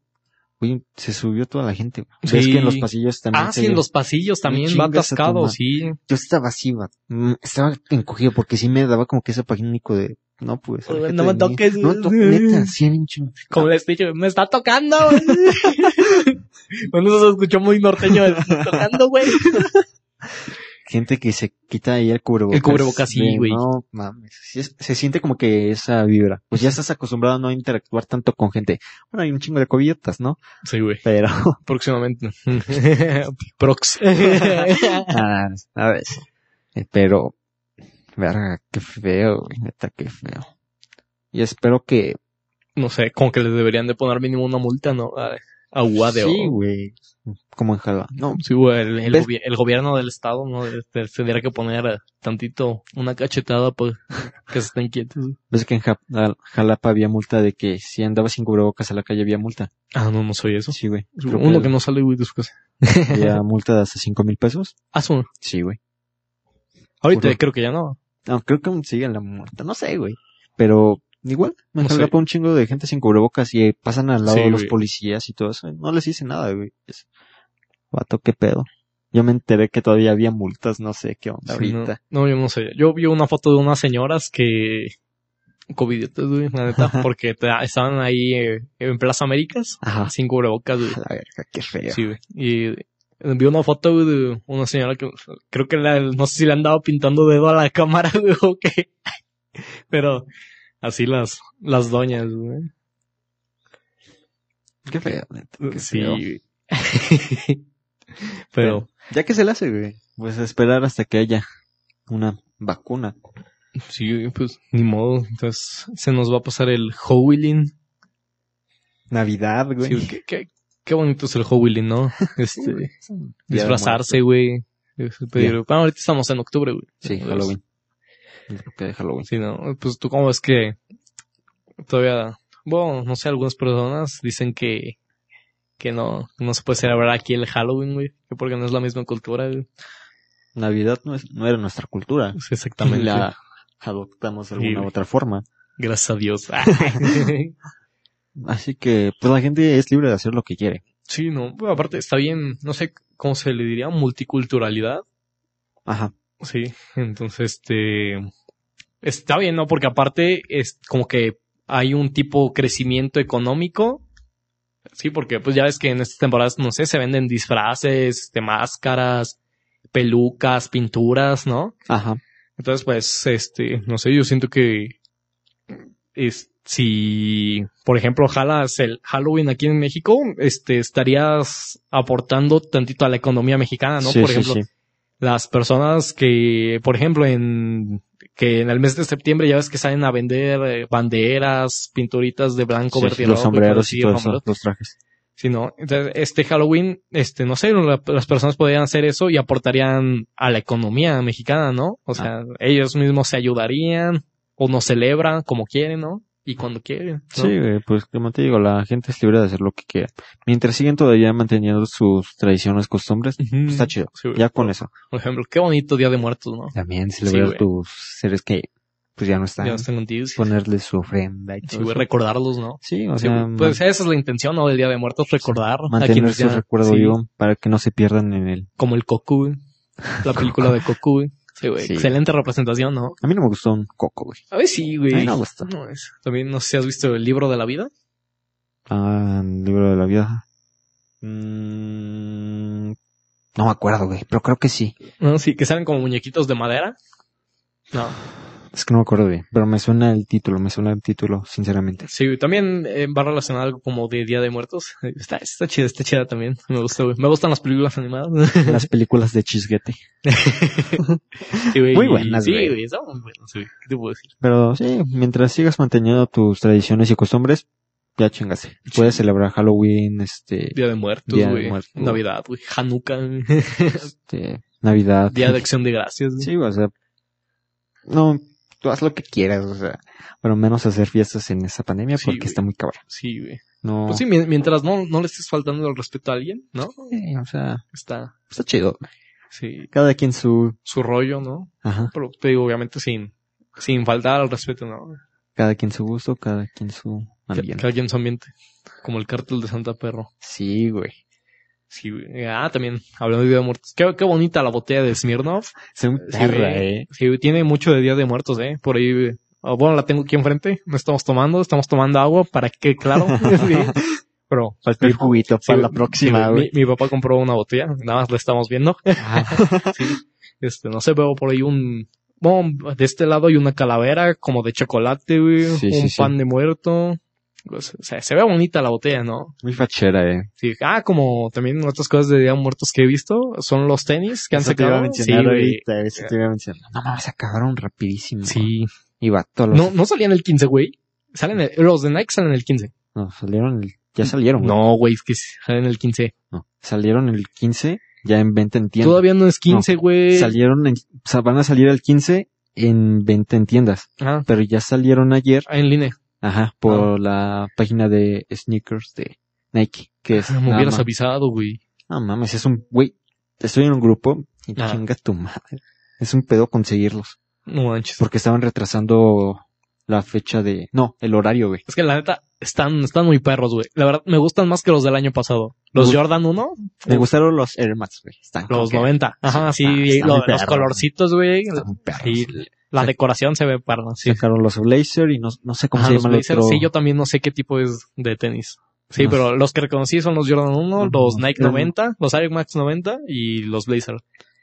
Speaker 2: Oye, se subió toda la gente. güey. Ves
Speaker 1: Sí.
Speaker 2: que en los pasillos también.
Speaker 1: Ah,
Speaker 2: se
Speaker 1: sí, en
Speaker 2: dio.
Speaker 1: los pasillos también va
Speaker 2: chingas a tu
Speaker 1: atascado,
Speaker 2: madre.
Speaker 1: sí.
Speaker 2: Yo estaba así, va. Mm, estaba encogido porque sí me daba como que ese pánico de, No, pues.
Speaker 1: Uy,
Speaker 2: aléjate
Speaker 1: no
Speaker 2: de
Speaker 1: me
Speaker 2: mí.
Speaker 1: toques.
Speaker 2: No, to- neta, sí, bien chido.
Speaker 1: Como les he dicho, me está tocando, güey. bueno, eso se escuchó muy norteño. el, "Me está tocando, güey.
Speaker 2: Gente que se quita ahí el cubrebocas.
Speaker 1: El cubrebocas, sí,
Speaker 2: de,
Speaker 1: güey.
Speaker 2: No mames. sí es- se siente como que esa vibra. Pues ya estás acostumbrado a no interactuar tanto con gente. Bueno, hay un chingo de cubiertas, ¿no?
Speaker 1: Sí, güey.
Speaker 2: Pero.
Speaker 1: Próximamente. Prox.
Speaker 2: Ah, a ver. Eh, Pero, verga, qué feo, güey, neta, qué feo. Y espero que...
Speaker 1: no sé, como que les deberían de poner mínimo una multa, ¿no? A, a Guadeo.
Speaker 2: Sí, güey. Como en Jalba. No,
Speaker 1: Sí, güey, el, el
Speaker 2: ¿Ves?
Speaker 1: gobi- el gobierno del estado no Este, tendría que poner eh, tantito una cachetada para que se estén quietos.
Speaker 2: ves que en Ja- Jal- Jalapa había multa de que si andabas sin cubrebocas a la calle había multa.
Speaker 1: Ah, no, no soy eso.
Speaker 2: Sí, güey. Creo
Speaker 1: Uno que no sale, güey, de su casa.
Speaker 2: Había multa de hasta cinco mil pesos.
Speaker 1: Ah, su-
Speaker 2: Sí, güey.
Speaker 1: Ahorita
Speaker 2: Puro.
Speaker 1: creo que ya no.
Speaker 2: No, creo que aún sigue la multa. No sé, güey. Pero igual, me
Speaker 1: No sé.
Speaker 2: Jalapa un chingo de gente sin cubrebocas y eh, pasan al lado
Speaker 1: Sí,
Speaker 2: de los
Speaker 1: güey.
Speaker 2: policías y todo eso. No les hice nada, güey. Es- Vato, qué pedo. Yo me enteré que todavía había multas, no sé qué onda
Speaker 1: Sí,
Speaker 2: ahorita.
Speaker 1: No, no, yo no sé. Yo vi una foto de unas señoras que... Covidiotas, güey, la neta. Porque te- estaban ahí eh, en Plaza Américas.
Speaker 2: Ajá.
Speaker 1: Sin cubrebocas, güey.
Speaker 2: A la verga, qué feo.
Speaker 1: Sí, güey. Y eh, vi una foto güey, de una señora que creo que la- no sé si le han dado pintando dedo a la cámara, güey, o qué. Pero así las, las doñas, güey.
Speaker 2: Qué feo, neta, qué
Speaker 1: Sí.
Speaker 2: feo.
Speaker 1: güey. Pero
Speaker 2: Ya que se le hace, güey. Pues a esperar hasta que haya una vacuna.
Speaker 1: sí, güey, pues ni modo. Entonces se nos va a pasar el Howling.
Speaker 2: Navidad,
Speaker 1: Sí,
Speaker 2: güey.
Speaker 1: güey, qué, qué, qué bonito es el Howling, ¿no?
Speaker 2: Sí, güey.
Speaker 1: Este,
Speaker 2: Es un día de
Speaker 1: disfrazarse, güey. Este, Pero bueno, ahorita estamos en octubre, güey.
Speaker 2: muertos. Sí, Halloween. El bloque de Halloween.
Speaker 1: Sí, no, pues tú cómo ves que todavía, bueno, no sé, algunas personas dicen que, que no, no se puede celebrar aquí el Halloween, güey, que porque no es la misma cultura, güey.
Speaker 2: Navidad no, es, no era nuestra cultura.
Speaker 1: Sí, exactamente.
Speaker 2: La adoptamos de alguna
Speaker 1: Sí,
Speaker 2: u otra forma.
Speaker 1: Gracias a Dios.
Speaker 2: Así que, pues la gente es libre de hacer lo que quiere.
Speaker 1: sí, no, bueno, aparte está bien, no sé cómo se le diría, multiculturalidad.
Speaker 2: Ajá.
Speaker 1: Sí, entonces, este, está bien, ¿no? Porque aparte es como que hay un tipo crecimiento económico. Sí, porque pues ya ves que en estas temporadas, no sé, se venden disfraces, este, máscaras, pelucas, pinturas, ¿no?
Speaker 2: Ajá.
Speaker 1: Entonces, pues, este, no sé, yo siento que es, si, por ejemplo, jalas el Halloween aquí en México, este, estarías aportando tantito a la economía mexicana, Ah, ¿no?
Speaker 2: Sí,
Speaker 1: por
Speaker 2: sí,
Speaker 1: ejemplo,
Speaker 2: sí.
Speaker 1: las personas que, por ejemplo, en que en el mes de septiembre ya ves que salen a vender eh, banderas, pinturitas de blanco,
Speaker 2: Sí,
Speaker 1: verde,
Speaker 2: sí,
Speaker 1: rojo,
Speaker 2: los
Speaker 1: y
Speaker 2: sombreros
Speaker 1: cosas
Speaker 2: y
Speaker 1: así,
Speaker 2: todo
Speaker 1: sombreros.
Speaker 2: eso, los trajes.
Speaker 1: Sí, no. Entonces, este Halloween, este, no sé, la- las personas podrían hacer eso y aportarían a la economía mexicana, ¿no? O sea,
Speaker 2: Ah.
Speaker 1: ellos mismos se ayudarían o nos celebran como quieren, ¿no? Y cuando quieren. ¿no?
Speaker 2: Sí, güey, pues como te digo, la gente es libre de hacer lo que quiera. Mientras siguen todavía manteniendo sus tradiciones, costumbres,
Speaker 1: Ujú.
Speaker 2: está chido.
Speaker 1: Sí, güey.
Speaker 2: Ya con eso.
Speaker 1: Por ejemplo, qué bonito Día de Muertos, ¿no?
Speaker 2: También
Speaker 1: celebrar
Speaker 2: celebrar tus seres que pues ya no están.
Speaker 1: Ya no están contigo. Sí,
Speaker 2: Ponerles su ofrenda y
Speaker 1: sí,
Speaker 2: todo
Speaker 1: güey, recordarlos, ¿no?
Speaker 2: Sí, o
Speaker 1: Sí,
Speaker 2: sea,
Speaker 1: güey. pues esa es la intención, ¿no? Del Día de Muertos, recordar a
Speaker 2: mantener
Speaker 1: quienes
Speaker 2: su
Speaker 1: ya-
Speaker 2: recuerdo
Speaker 1: sí,
Speaker 2: vivo para que no se pierdan en él.
Speaker 1: Como el Coco, güey. La película de Coco, güey. Sí, güey.
Speaker 2: Sí.
Speaker 1: Excelente representación, ¿no?
Speaker 2: A mí no me gustó un coco, güey.
Speaker 1: A ver, sí, güey.
Speaker 2: A mí no pues, me gustó.
Speaker 1: No, es- También no sé si has visto el libro de la vida.
Speaker 2: Ah, el libro de la vida. Mm, no me acuerdo, güey, pero creo que sí.
Speaker 1: No, sí, que salen como muñequitos de madera. No.
Speaker 2: Es que no me acuerdo bien, pero me suena el título, me suena el título, sinceramente.
Speaker 1: Sí, güey. También eh, va relacionado algo como de Día de Muertos. Está, está chida, está chida también. Me gusta, güey. Me gustan las películas animadas.
Speaker 2: Las películas de Chisguete.
Speaker 1: Sí, güey.
Speaker 2: Muy buenas,
Speaker 1: Sí,
Speaker 2: güey.
Speaker 1: güey. Están muy buenas, güey. ¿Qué te puedo decir?
Speaker 2: Pero sí, mientras sigas manteniendo tus tradiciones y costumbres, ya chingase. Puedes celebrar Halloween, este,
Speaker 1: Día de Muertos,
Speaker 2: Día de
Speaker 1: güey.
Speaker 2: Muertos.
Speaker 1: Navidad, güey. Hanukkah, güey.
Speaker 2: este, Navidad.
Speaker 1: Día de Acción de Gracias. güey.
Speaker 2: Sí, o sea, no, tú haz lo que quieras, o sea, pero menos hacer fiestas en esta pandemia
Speaker 1: Sí,
Speaker 2: porque
Speaker 1: güey.
Speaker 2: está muy cabrón.
Speaker 1: Sí, güey.
Speaker 2: No,
Speaker 1: Pues sí, mien- mientras no, no le estés faltando el respeto a alguien, ¿no?
Speaker 2: eh, o sea,
Speaker 1: Está,
Speaker 2: está chido.
Speaker 1: sí,
Speaker 2: Cada quien su,
Speaker 1: su rollo, ¿no?
Speaker 2: ajá,
Speaker 1: Pero te digo, obviamente sin, sin faltar al respeto, ¿no?
Speaker 2: cada quien su gusto, cada quien su
Speaker 1: Que,
Speaker 2: ambiente.
Speaker 1: que alguien su ambiente. Como el cártel de Santa Perro.
Speaker 2: Sí, güey.
Speaker 1: Sí, güey. Ah, también, hablando de Día de Muertos. Qué, qué bonita la botella de Smirnoff.
Speaker 2: Soy un
Speaker 1: Sí, güey. Sí, güey, tiene mucho de Día de Muertos, ¿eh? Por ahí, güey, o bueno, la tengo aquí enfrente, no estamos tomando, estamos tomando agua para que, claro, sí, pero
Speaker 2: Falta el juguito
Speaker 1: Pues, sí,
Speaker 2: para la
Speaker 1: digo,
Speaker 2: próxima,
Speaker 1: mi,
Speaker 2: güey.
Speaker 1: mi papá compró una botella, nada más la estamos viendo.
Speaker 2: Ah,
Speaker 1: Este, no sé, veo por ahí un. Bueno, de este lado hay una calavera como de chocolate, güey.
Speaker 2: Sí, sí,
Speaker 1: un
Speaker 2: sí.
Speaker 1: pan de muerto. Pues, o sea, se ve bonita la botella, ¿no?
Speaker 2: Muy fachera, eh.
Speaker 1: Sí, ah, como también otras cosas de Día de Muertos que he visto son los tenis que han
Speaker 2: Eso te iba a
Speaker 1: sacado. Sí,
Speaker 2: mencionar
Speaker 1: güey.
Speaker 2: ahorita, eso te iba a mencionar. No mames, acabaron rapidísimo.
Speaker 1: Sí.
Speaker 2: Y va todos los...
Speaker 1: No, no salían el 15, güey. Salen el- los de Nike salen el 15.
Speaker 2: No, salieron el... Ya salieron, güey.
Speaker 1: No, güey, es que salen el 15.
Speaker 2: No, Salieron el 15, ya en venta en tiendas.
Speaker 1: Todavía no es 15, güey.
Speaker 2: Salieron en... o sea, van a salir el 15 en venta en tiendas.
Speaker 1: Ah,
Speaker 2: Pero ya salieron ayer,
Speaker 1: en línea.
Speaker 2: ajá,
Speaker 1: Ah.
Speaker 2: por la página de sneakers de Nike, que es...
Speaker 1: Ah, Me
Speaker 2: nada
Speaker 1: hubieras
Speaker 2: más-
Speaker 1: avisado, güey.
Speaker 2: No mames, es un... Güey, estoy en un grupo y
Speaker 1: Ajá.
Speaker 2: chinga tu madre. Es un pedo conseguirlos.
Speaker 1: No manches.
Speaker 2: Porque estaban retrasando la fecha de... No, el horario, güey.
Speaker 1: Es que la neta, están, están muy perros, güey. La verdad, me gustan más que los del año pasado. Los
Speaker 2: Uf.
Speaker 1: Jordan 1,
Speaker 2: Me gustaron los Air Max, güey. Están como
Speaker 1: los
Speaker 2: que-
Speaker 1: 90. Ajá,
Speaker 2: Sí,
Speaker 1: sí,
Speaker 2: está- está
Speaker 1: lo-
Speaker 2: muy
Speaker 1: los
Speaker 2: perro.
Speaker 1: colorcitos, güey.
Speaker 2: Están perros.
Speaker 1: Sí, la decoración se ve perra, sí.
Speaker 2: Sacaron los Blazer y no, no sé cómo
Speaker 1: Ajá,
Speaker 2: se
Speaker 1: los
Speaker 2: llama el
Speaker 1: Blazers,
Speaker 2: otro.
Speaker 1: sí, yo también no sé qué tipo es de tenis. Sí,
Speaker 2: No
Speaker 1: pero los que reconocí son los Jordan 1,
Speaker 2: Ajá.
Speaker 1: los Nike
Speaker 2: Ajá.
Speaker 1: 90, los Air Max 90 y los Blazer.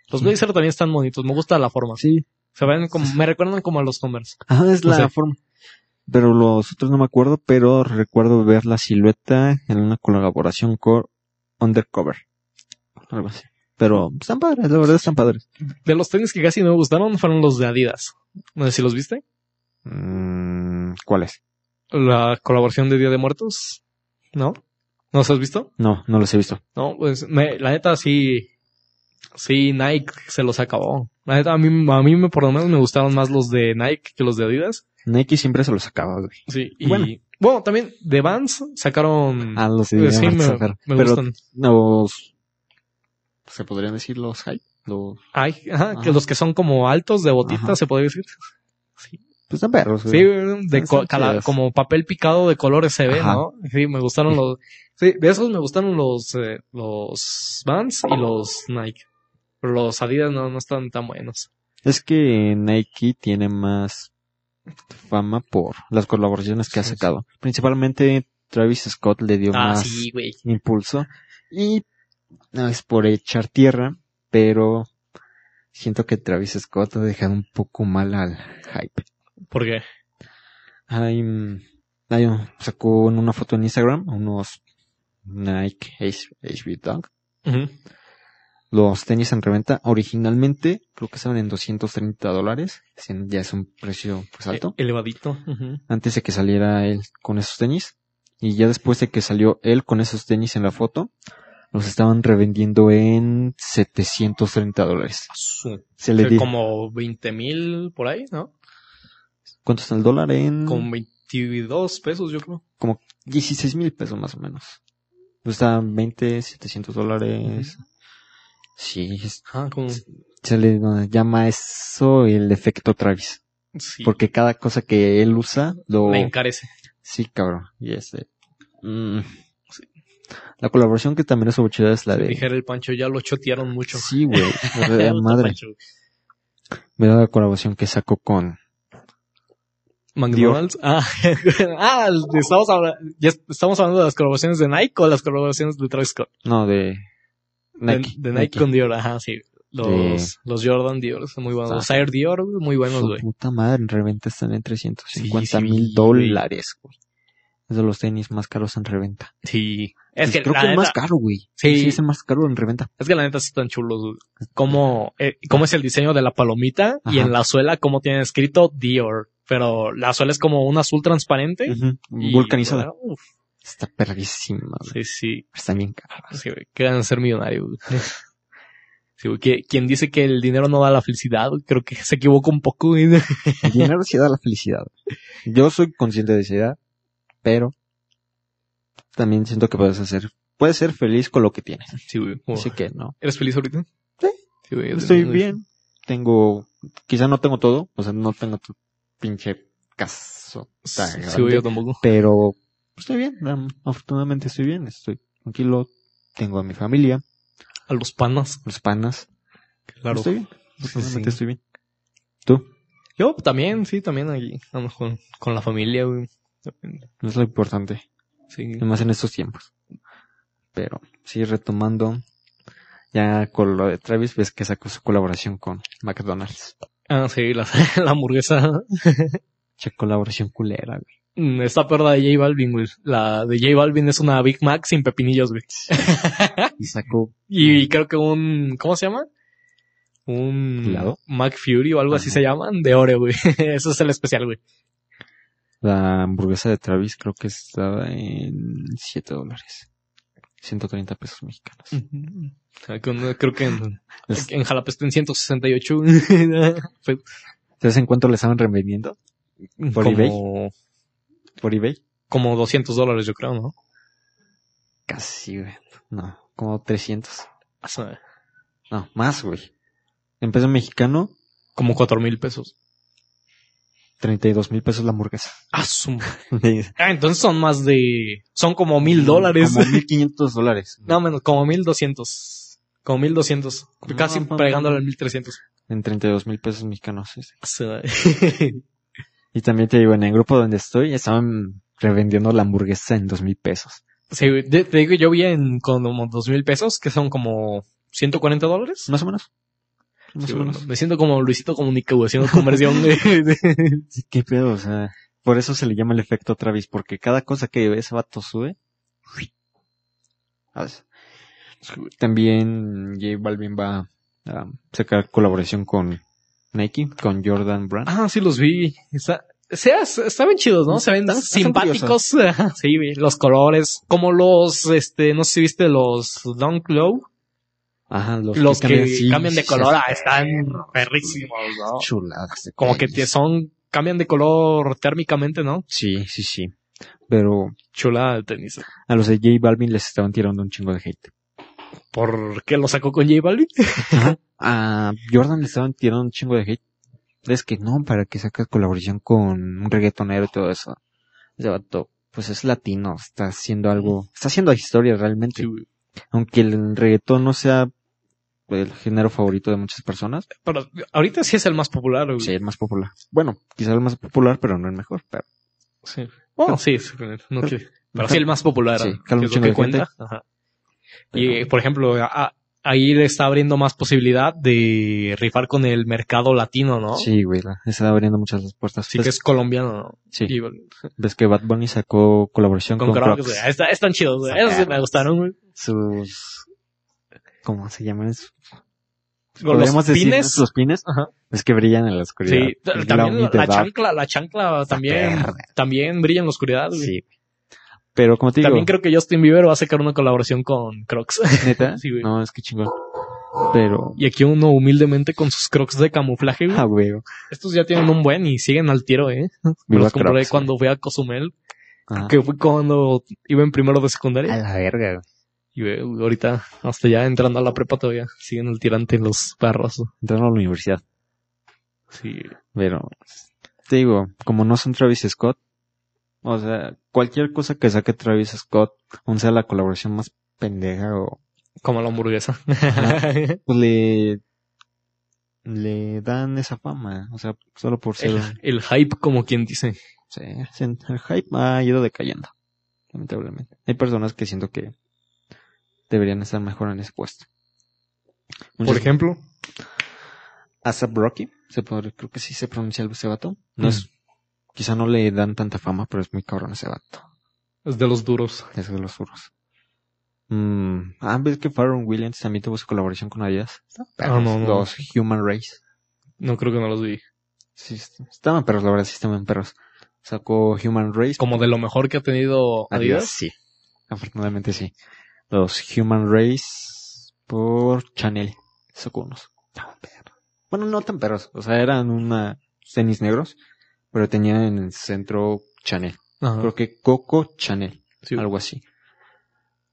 Speaker 1: Los
Speaker 2: Sí.
Speaker 1: Blazer también están bonitos, me gusta la forma.
Speaker 2: Sí.
Speaker 1: Se ven como, me recuerdan como a los Converse.
Speaker 2: Ajá, es
Speaker 1: No
Speaker 2: la
Speaker 1: sé.
Speaker 2: forma. Pero los otros no me acuerdo, pero recuerdo ver la silueta en una colaboración con Undercover. Algo así. Pero están padres, la verdad están padres.
Speaker 1: De los tenis que casi no me gustaron fueron los de Adidas. No sé si los viste. Mm,
Speaker 2: ¿Cuáles?
Speaker 1: La colaboración de Día de Muertos. ¿No? ¿No los has visto?
Speaker 2: No, no los he visto.
Speaker 1: No, pues me- la neta sí, sí, Nike se los acabó. La neta, a mí, a mí me, por lo menos me gustaron más los de Nike que los de Adidas.
Speaker 2: Nike siempre se los sacaba, güey.
Speaker 1: Sí, y
Speaker 2: Bueno.
Speaker 1: bueno, también de Vans sacaron...
Speaker 2: Ah, los de
Speaker 1: pues, sí,
Speaker 2: Mark
Speaker 1: me,
Speaker 2: Zucker.
Speaker 1: me
Speaker 2: Pero
Speaker 1: gustan.
Speaker 2: los... ¿Se podrían decir los hype? Los...
Speaker 1: Ay, ajá, que
Speaker 2: Ajá.
Speaker 1: los que son como altos de botita,
Speaker 2: Ajá.
Speaker 1: se podría decir.
Speaker 2: Pues están perros,
Speaker 1: Sí,
Speaker 2: güey.
Speaker 1: de co-
Speaker 2: Están
Speaker 1: cala-
Speaker 2: chidas.
Speaker 1: como papel picado de colores se ve,
Speaker 2: Ajá.
Speaker 1: ¿no? Sí, me gustaron los... Sí, de esos me gustaron los, eh, los Vans y los Nike. Pero los Adidas no, no están tan buenos.
Speaker 2: Es que Nike tiene más fama por las colaboraciones que ha
Speaker 1: Sí, sí.
Speaker 2: sacado. Principalmente Travis Scott le dio
Speaker 1: Ah,
Speaker 2: más
Speaker 1: sí, güey.
Speaker 2: impulso. Y no es por echar tierra, pero siento que Travis Scott ha dejado un poco mal al hype.
Speaker 1: ¿Por qué?
Speaker 2: Ay, mm, ay, oh, sacó en una foto en Instagram unos Nike H- HB Dunk.
Speaker 1: Ujú.
Speaker 2: Los tenis en reventa originalmente creo que estaban en 230 dólares. Sí, Ya es un precio pues alto.
Speaker 1: E- Elevadito. Ujú.
Speaker 2: antes de que saliera él con esos tenis. Y ya después de que salió él con esos tenis en la foto, los estaban revendiendo en 730 dólares.
Speaker 1: Su-
Speaker 2: Se le
Speaker 1: que
Speaker 2: di.
Speaker 1: Como 20 mil por ahí, ¿no?
Speaker 2: ¿Cuánto está el dólar? En
Speaker 1: Con 22 pesos, yo creo.
Speaker 2: 16 mil pesos más o menos. O sea, 20, 700 dólares. Sí, es-
Speaker 1: Ajá, como...
Speaker 2: se le no, llama eso el efecto Travis.
Speaker 1: Sí,
Speaker 2: Porque oh, cada cosa que él usa lo...
Speaker 1: me encarece.
Speaker 2: Sí, cabrón. Y este... mm. La colaboración que también es sobre chida es la de...
Speaker 1: Dijera el Pancho, ya lo chotearon mucho.
Speaker 2: Sí, güey.
Speaker 1: Ya
Speaker 2: de
Speaker 1: lo
Speaker 2: madre.
Speaker 1: chotearon mucho.
Speaker 2: Me da la colaboración que sacó con.
Speaker 1: McDonald's. Ah, ah, estamos, habla- ya estamos hablando de las colaboraciones de Nike o las colaboraciones de Travis Scott.
Speaker 2: No, de.
Speaker 1: De-
Speaker 2: Nike.
Speaker 1: de, Nike, con Dior, ajá, sí. Los,
Speaker 2: De-
Speaker 1: los Jordan Dior, son muy buenos.
Speaker 2: Ah.
Speaker 1: Los Air Dior, muy buenos,
Speaker 2: Su
Speaker 1: güey.
Speaker 2: puta madre, en reventa están en 350
Speaker 1: Sí, sí,
Speaker 2: mil
Speaker 1: güey.
Speaker 2: dólares, güey. Es de los tenis más caros en reventa.
Speaker 1: Sí. Es
Speaker 2: Y
Speaker 1: que,
Speaker 2: creo
Speaker 1: la
Speaker 2: que el
Speaker 1: neta-
Speaker 2: más caro, güey.
Speaker 1: Sí.
Speaker 2: es el más caro en reventa.
Speaker 1: Es que la neta sí están chulos. güey. Cómo, eh, cómo es el diseño de la palomita y
Speaker 2: Ajá.
Speaker 1: en la suela cómo tienen escrito Dior. Pero la suela es como un azul transparente. y-
Speaker 2: Vulcanizada.
Speaker 1: Uf,
Speaker 2: Está perguísima,
Speaker 1: sí,
Speaker 2: güey.
Speaker 1: sí.
Speaker 2: Está bien cara.
Speaker 1: sí güey, que ganas de ser millonario. güey. Sí, güey, que- quien dice que el dinero no da la felicidad, güey, creo que se equivoca un poco. güey.
Speaker 2: El dinero sí da la felicidad. Yo soy consciente de esa idea, pero también siento que puedes hacer, puedes ser feliz con lo que tienes.
Speaker 1: Sí, güey, como-
Speaker 2: Así que no.
Speaker 1: ¿Eres feliz ahorita?
Speaker 2: Sí.
Speaker 1: güey, yo
Speaker 2: Estoy
Speaker 1: también,
Speaker 2: bien. Tengo, quizá no tengo todo, o sea, no tengo tu pinche caso.
Speaker 1: Sí,
Speaker 2: tan
Speaker 1: sí, güey,
Speaker 2: grande,
Speaker 1: yo tampoco.
Speaker 2: pero pues, estoy bien, am- afortunadamente estoy bien, estoy tranquilo, tengo a mi familia,
Speaker 1: A los panas,
Speaker 2: los panas,
Speaker 1: claro.
Speaker 2: estoy bien,
Speaker 1: Sí,
Speaker 2: afortunadamente
Speaker 1: sí.
Speaker 2: estoy bien. ¿Tú?
Speaker 1: Yo también, sí, también allí. Vamos con, con la familia, güey.
Speaker 2: No es lo importante.
Speaker 1: Sí.
Speaker 2: Además en estos tiempos. Pero sí, retomando. Ya con lo de Travis, ves que sacó su colaboración con McDonald's.
Speaker 1: Ah, sí, la, la hamburguesa.
Speaker 2: Che, colaboración culera, güey.
Speaker 1: Mm, Está peor la de J Balvin, güey. La de J Balvin es una Big Mac sin pepinillos, güey.
Speaker 2: Y sacó
Speaker 1: Y creo que un. ¿Cómo se llama? Un.
Speaker 2: ¿Lado?
Speaker 1: Mac Fury o algo
Speaker 2: Ah,
Speaker 1: así
Speaker 2: no.
Speaker 1: se llaman. De Oreo, güey. Eso es el especial, güey.
Speaker 2: la hamburguesa de Travis, creo que estaba en 7 dólares. 130 pesos mexicanos.
Speaker 1: Ah, con- Creo que en,
Speaker 2: Es-
Speaker 1: en Jalapa está en 168. Fue
Speaker 2: ¿Sabes en cuánto le estaban revendiendo? ¿Por eBay?
Speaker 1: como,
Speaker 2: ¿Por eBay?
Speaker 1: como 200 dólares, yo creo, ¿no?
Speaker 2: Casi, güey. No, como 300.
Speaker 1: O sea,
Speaker 2: No, más, güey. En peso mexicano,
Speaker 1: Como 4 mil pesos.
Speaker 2: 32 mil pesos la hamburguesa.
Speaker 1: Ah, su- ah, entonces son más de. Son como mil dólares.
Speaker 2: Mm, Como 1500 dólares.
Speaker 1: No, menos, como 1200. Como 1200.
Speaker 2: No,
Speaker 1: Casi
Speaker 2: Ah, no, no.
Speaker 1: pegándole al 1300.
Speaker 2: En 32 mil pesos mexicanos. sí, sí.
Speaker 1: O sea,
Speaker 2: Y también te digo, en el grupo donde estoy, estaban revendiendo la hamburguesa en 2 mil pesos.
Speaker 1: Sí, güey. Te- te digo, yo vi en como dos mil pesos, que son como 140 dólares.
Speaker 2: Más o menos. Más
Speaker 1: Sí,
Speaker 2: o
Speaker 1: güey,
Speaker 2: menos.
Speaker 1: me siento como Luisito Comunica, güey, haciendo conversión de, de-
Speaker 2: Sí, ¿Qué pedo? O sea, por eso se le llama el efecto Travis, porque cada cosa que ese vato sube. ¡fui! A ver. También J Balvin va a sacar colaboración con Nike, con Jordan Brand.
Speaker 1: Ah, sí, los vi. Está, sea, estaban chidos, ¿no? Se ven
Speaker 2: Están- están
Speaker 1: simpáticos. Ajá, Sí, güey, los colores, como los, este, no sé si viste los Dunk Low.
Speaker 2: Ajá, los,
Speaker 1: Los que cambian,
Speaker 2: sí,
Speaker 1: de
Speaker 2: sí,
Speaker 1: color,
Speaker 2: sí,
Speaker 1: ah, están perrísimos, ¿no?
Speaker 2: chuladas de
Speaker 1: Como que
Speaker 2: tenis.
Speaker 1: te- son, cambian de color térmicamente, ¿no?
Speaker 2: Sí, sí, sí. Pero
Speaker 1: Chulada de tenis.
Speaker 2: a los de J Balvin les estaban tirando un chingo de hate.
Speaker 1: ¿Por qué lo sacó con J Balvin?
Speaker 2: A Ah, Jordan le estaban tirando un chingo de hate. Es que no, para que sacas colaboración con un reggaetonero y todo eso. Ese vato, pues es latino, está haciendo algo, está haciendo historia realmente.
Speaker 1: Sí, güey.
Speaker 2: Aunque el reggaetón no sea el género favorito de muchas personas,
Speaker 1: Pero ahorita sí es el más popular, güey.
Speaker 2: sí, el más popular. Bueno, quizás el más popular, pero no el mejor. Pero
Speaker 1: Sí. Bueno, sí, sí, no que- Oh. pero sí el más popular.
Speaker 2: Sí,
Speaker 1: ¿no?
Speaker 2: claro,
Speaker 1: Que
Speaker 2: un
Speaker 1: es lo
Speaker 2: chingo
Speaker 1: que
Speaker 2: de gente.
Speaker 1: cuenta. Ajá. Y, eh, por ejemplo, a- a- ahí le está abriendo más posibilidad de rifar con el mercado latino, ¿no?
Speaker 2: Sí, güey, la- está abriendo muchas las puertas.
Speaker 1: Sí,
Speaker 2: Ves-
Speaker 1: que es colombiano, ¿no?
Speaker 2: sí,
Speaker 1: Y, bueno,
Speaker 2: ves que Bad Bunny sacó colaboración
Speaker 1: con
Speaker 2: con,
Speaker 1: Crocs,
Speaker 2: Crocs.
Speaker 1: güey. Ah, está- están chidos, güey.
Speaker 2: Sacaron.
Speaker 1: Esos sí me gustaron, güey.
Speaker 2: Sus... ¿Cómo se llaman? esos?
Speaker 1: Con
Speaker 2: Podríamos
Speaker 1: Los
Speaker 2: decir, ¿no?
Speaker 1: pines.
Speaker 2: Los pines.
Speaker 1: Ajá.
Speaker 2: Es que brillan en la
Speaker 1: Sí,
Speaker 2: oscuridad. Pues,
Speaker 1: ta-
Speaker 2: El
Speaker 1: también
Speaker 2: Glow
Speaker 1: la,
Speaker 2: Meter
Speaker 1: la
Speaker 2: Dark.
Speaker 1: chancla, la chancla también,
Speaker 2: perra.
Speaker 1: también brilla en la oscuridad, güey.
Speaker 2: Sí. Pero como te digo,
Speaker 1: También creo que Justin Bieber va a sacar una colaboración con Crocs.
Speaker 2: neta,
Speaker 1: Sí, güey.
Speaker 2: no, es que chingón. Pero,
Speaker 1: Y aquí uno humildemente con sus crocs de camuflaje, güey.
Speaker 2: ah, güey,
Speaker 1: Estos ya tienen un buen y siguen al tiro, ¿eh? Me
Speaker 2: viva
Speaker 1: los compré
Speaker 2: Crocs.
Speaker 1: cuando fui a Cozumel,
Speaker 2: Ajá.
Speaker 1: que fui cuando iba en primero de
Speaker 2: A
Speaker 1: secundaria.
Speaker 2: la verga, güey.
Speaker 1: Y güey, ahorita, hasta ya entrando a la prepa todavía, siguen al tirante los perros.
Speaker 2: Entraron a la universidad.
Speaker 1: Sí.
Speaker 2: Pero, pues, te digo, como no son Travis Scott, o sea, cualquier cosa que saque Travis Scott, aun sea la colaboración más pendeja o...
Speaker 1: Como la hamburguesa.
Speaker 2: Pues le... Le dan esa fama, o sea, solo por ser...
Speaker 1: el, el hype, como quien dice.
Speaker 2: Sí, sí, el hype ha ido decayendo, lamentablemente. Hay personas que siento que deberían estar mejor en ese puesto.
Speaker 1: Por ejemplo.
Speaker 2: Asap Rocky, se podría- creo que sí se pronuncia ese vato. No
Speaker 1: Mm.
Speaker 2: es, quizá no le dan tanta fama, pero es muy cabrón ese vato.
Speaker 1: Es de los duros.
Speaker 2: Es de los suros. Mm, Ah, ves que Farron Williams también tuvo su colaboración con Adidas.
Speaker 1: Ah, no, no.
Speaker 2: Los Human Race.
Speaker 1: No creo que no los vi.
Speaker 2: Sí, est- estaban perros, la verdad, sí estaban perros. Sacó Human Race.
Speaker 1: Como de lo mejor que ha tenido
Speaker 2: Adidas,
Speaker 1: Adidas.
Speaker 2: sí. Afortunadamente sí. Los Human Race por Chanel. Sacó unos. Estaban perros. Bueno, no tan perros. O sea, eran una tenis negros, pero tenían en el centro Chanel.
Speaker 1: Ajá.
Speaker 2: Creo que Coco Chanel,
Speaker 1: Sí.
Speaker 2: algo así.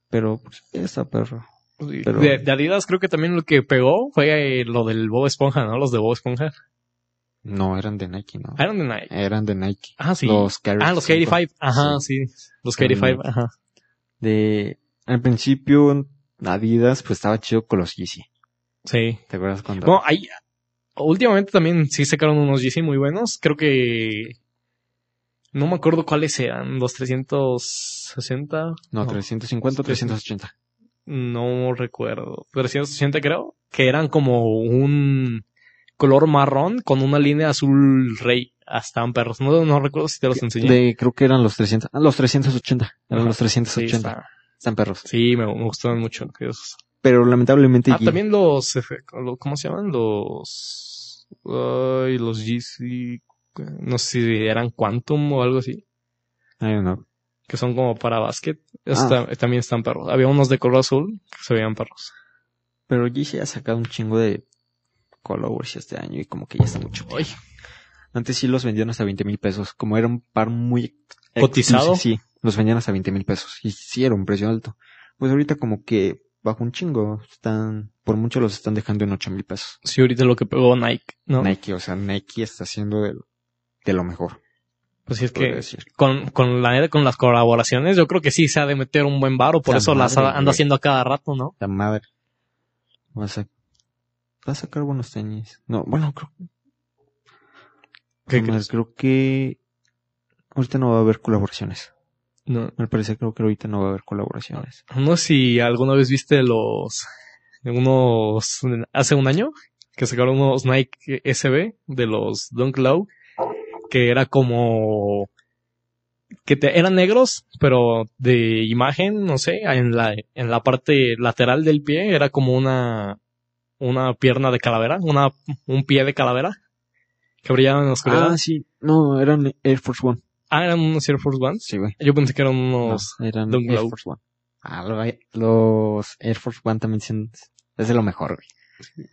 Speaker 2: Pero pues, esa perro.
Speaker 1: Sí.
Speaker 2: pero-
Speaker 1: De, de Adidas creo que también lo que pegó fue eh, lo del Bob Esponja, ¿no? Los de Bob Esponja.
Speaker 2: No, eran de Nike, ¿no?
Speaker 1: Ah, eran de Nike.
Speaker 2: Eran de Nike.
Speaker 1: Ah, sí.
Speaker 2: Los Kyrie
Speaker 1: ah, los
Speaker 2: cinco.
Speaker 1: 85. Ajá, sí. Los
Speaker 2: Eran de
Speaker 1: 85,
Speaker 2: Nike.
Speaker 1: ajá.
Speaker 2: De, al principio, Adidas, pues estaba chido con los Yeezy.
Speaker 1: Sí.
Speaker 2: ¿Te acuerdas cuando?
Speaker 1: Bueno, ahí, Últimamente también sí sacaron unos GC muy buenos. Creo que. No me acuerdo cuáles eran. ¿Los 360?
Speaker 2: No, 350 380.
Speaker 1: No recuerdo. 380 creo. Que eran como un color marrón con una línea azul rey. Hasta amperos. No, no recuerdo si te los enseñé.
Speaker 2: De, creo que eran los 300. ah, los 380. Eran
Speaker 1: Ajá,
Speaker 2: los
Speaker 1: Sí,
Speaker 2: 380.
Speaker 1: está-
Speaker 2: Están perros.
Speaker 1: sí, me, me gustaron mucho. esos.
Speaker 2: Pero lamentablemente.
Speaker 1: Ah,
Speaker 2: G-
Speaker 1: también los. efe- lo- ¿Cómo se llaman? Los. Ay, los GC. No sé si eran Quantum o algo así.
Speaker 2: I don't know.
Speaker 1: Que son como para básquet. Esos
Speaker 2: Ah.
Speaker 1: ta- también están perros. Había unos de color azul que se veían perros.
Speaker 2: Pero GC ha sacado un chingo de followers este año y como que ya está mucho.
Speaker 1: Ay.
Speaker 2: Antes sí los vendían hasta 20 mil pesos. Como era un par muy
Speaker 1: ¿Cotizado?
Speaker 2: exclusivo, Sí, los vendían hasta 20 mil pesos. Y sí era un precio alto. Pues ahorita como que bajó un chingo. Están, por mucho los están dejando en 8 mil pesos.
Speaker 1: Sí, ahorita lo que pegó Nike, ¿no?
Speaker 2: Nike, o sea, Nike está haciendo de, de lo mejor.
Speaker 1: Pues sí, es
Speaker 2: podría
Speaker 1: que
Speaker 2: decir.
Speaker 1: con, con la neta, con las colaboraciones, yo creo que sí se ha de meter un buen varo, por
Speaker 2: La
Speaker 1: eso las
Speaker 2: madre,
Speaker 1: anda
Speaker 2: güey.
Speaker 1: haciendo a cada rato, ¿no?
Speaker 2: La madre. Va a, sa- va a sacar buenos tenis. No, bueno, creo,
Speaker 1: ¿Qué
Speaker 2: ¿qué más? creo que ahorita no va a haber colaboraciones.
Speaker 1: No,
Speaker 2: Al parecer creo que ahorita no va a haber colaboraciones.
Speaker 1: no sé si alguna vez viste los, unos, hace un año, que sacaron unos Nike SB de los Dunk Low, que era como, que te- eran negros, pero de imagen, no sé, en la, en la parte lateral del pie era como una, una pierna de calavera, una, un pie de calavera, que brillaba en la oscuridad.
Speaker 2: Ah, sí. No, eran Air Force One.
Speaker 1: Ah, eran unos Air Force Ones.
Speaker 2: Sí, güey.
Speaker 1: Yo pensé que eran
Speaker 2: No,
Speaker 1: unos.
Speaker 2: eran
Speaker 1: Dunk
Speaker 2: Air
Speaker 1: Low.
Speaker 2: Force One. Ah, lo- los Air Force One también son, es de lo mejor, güey.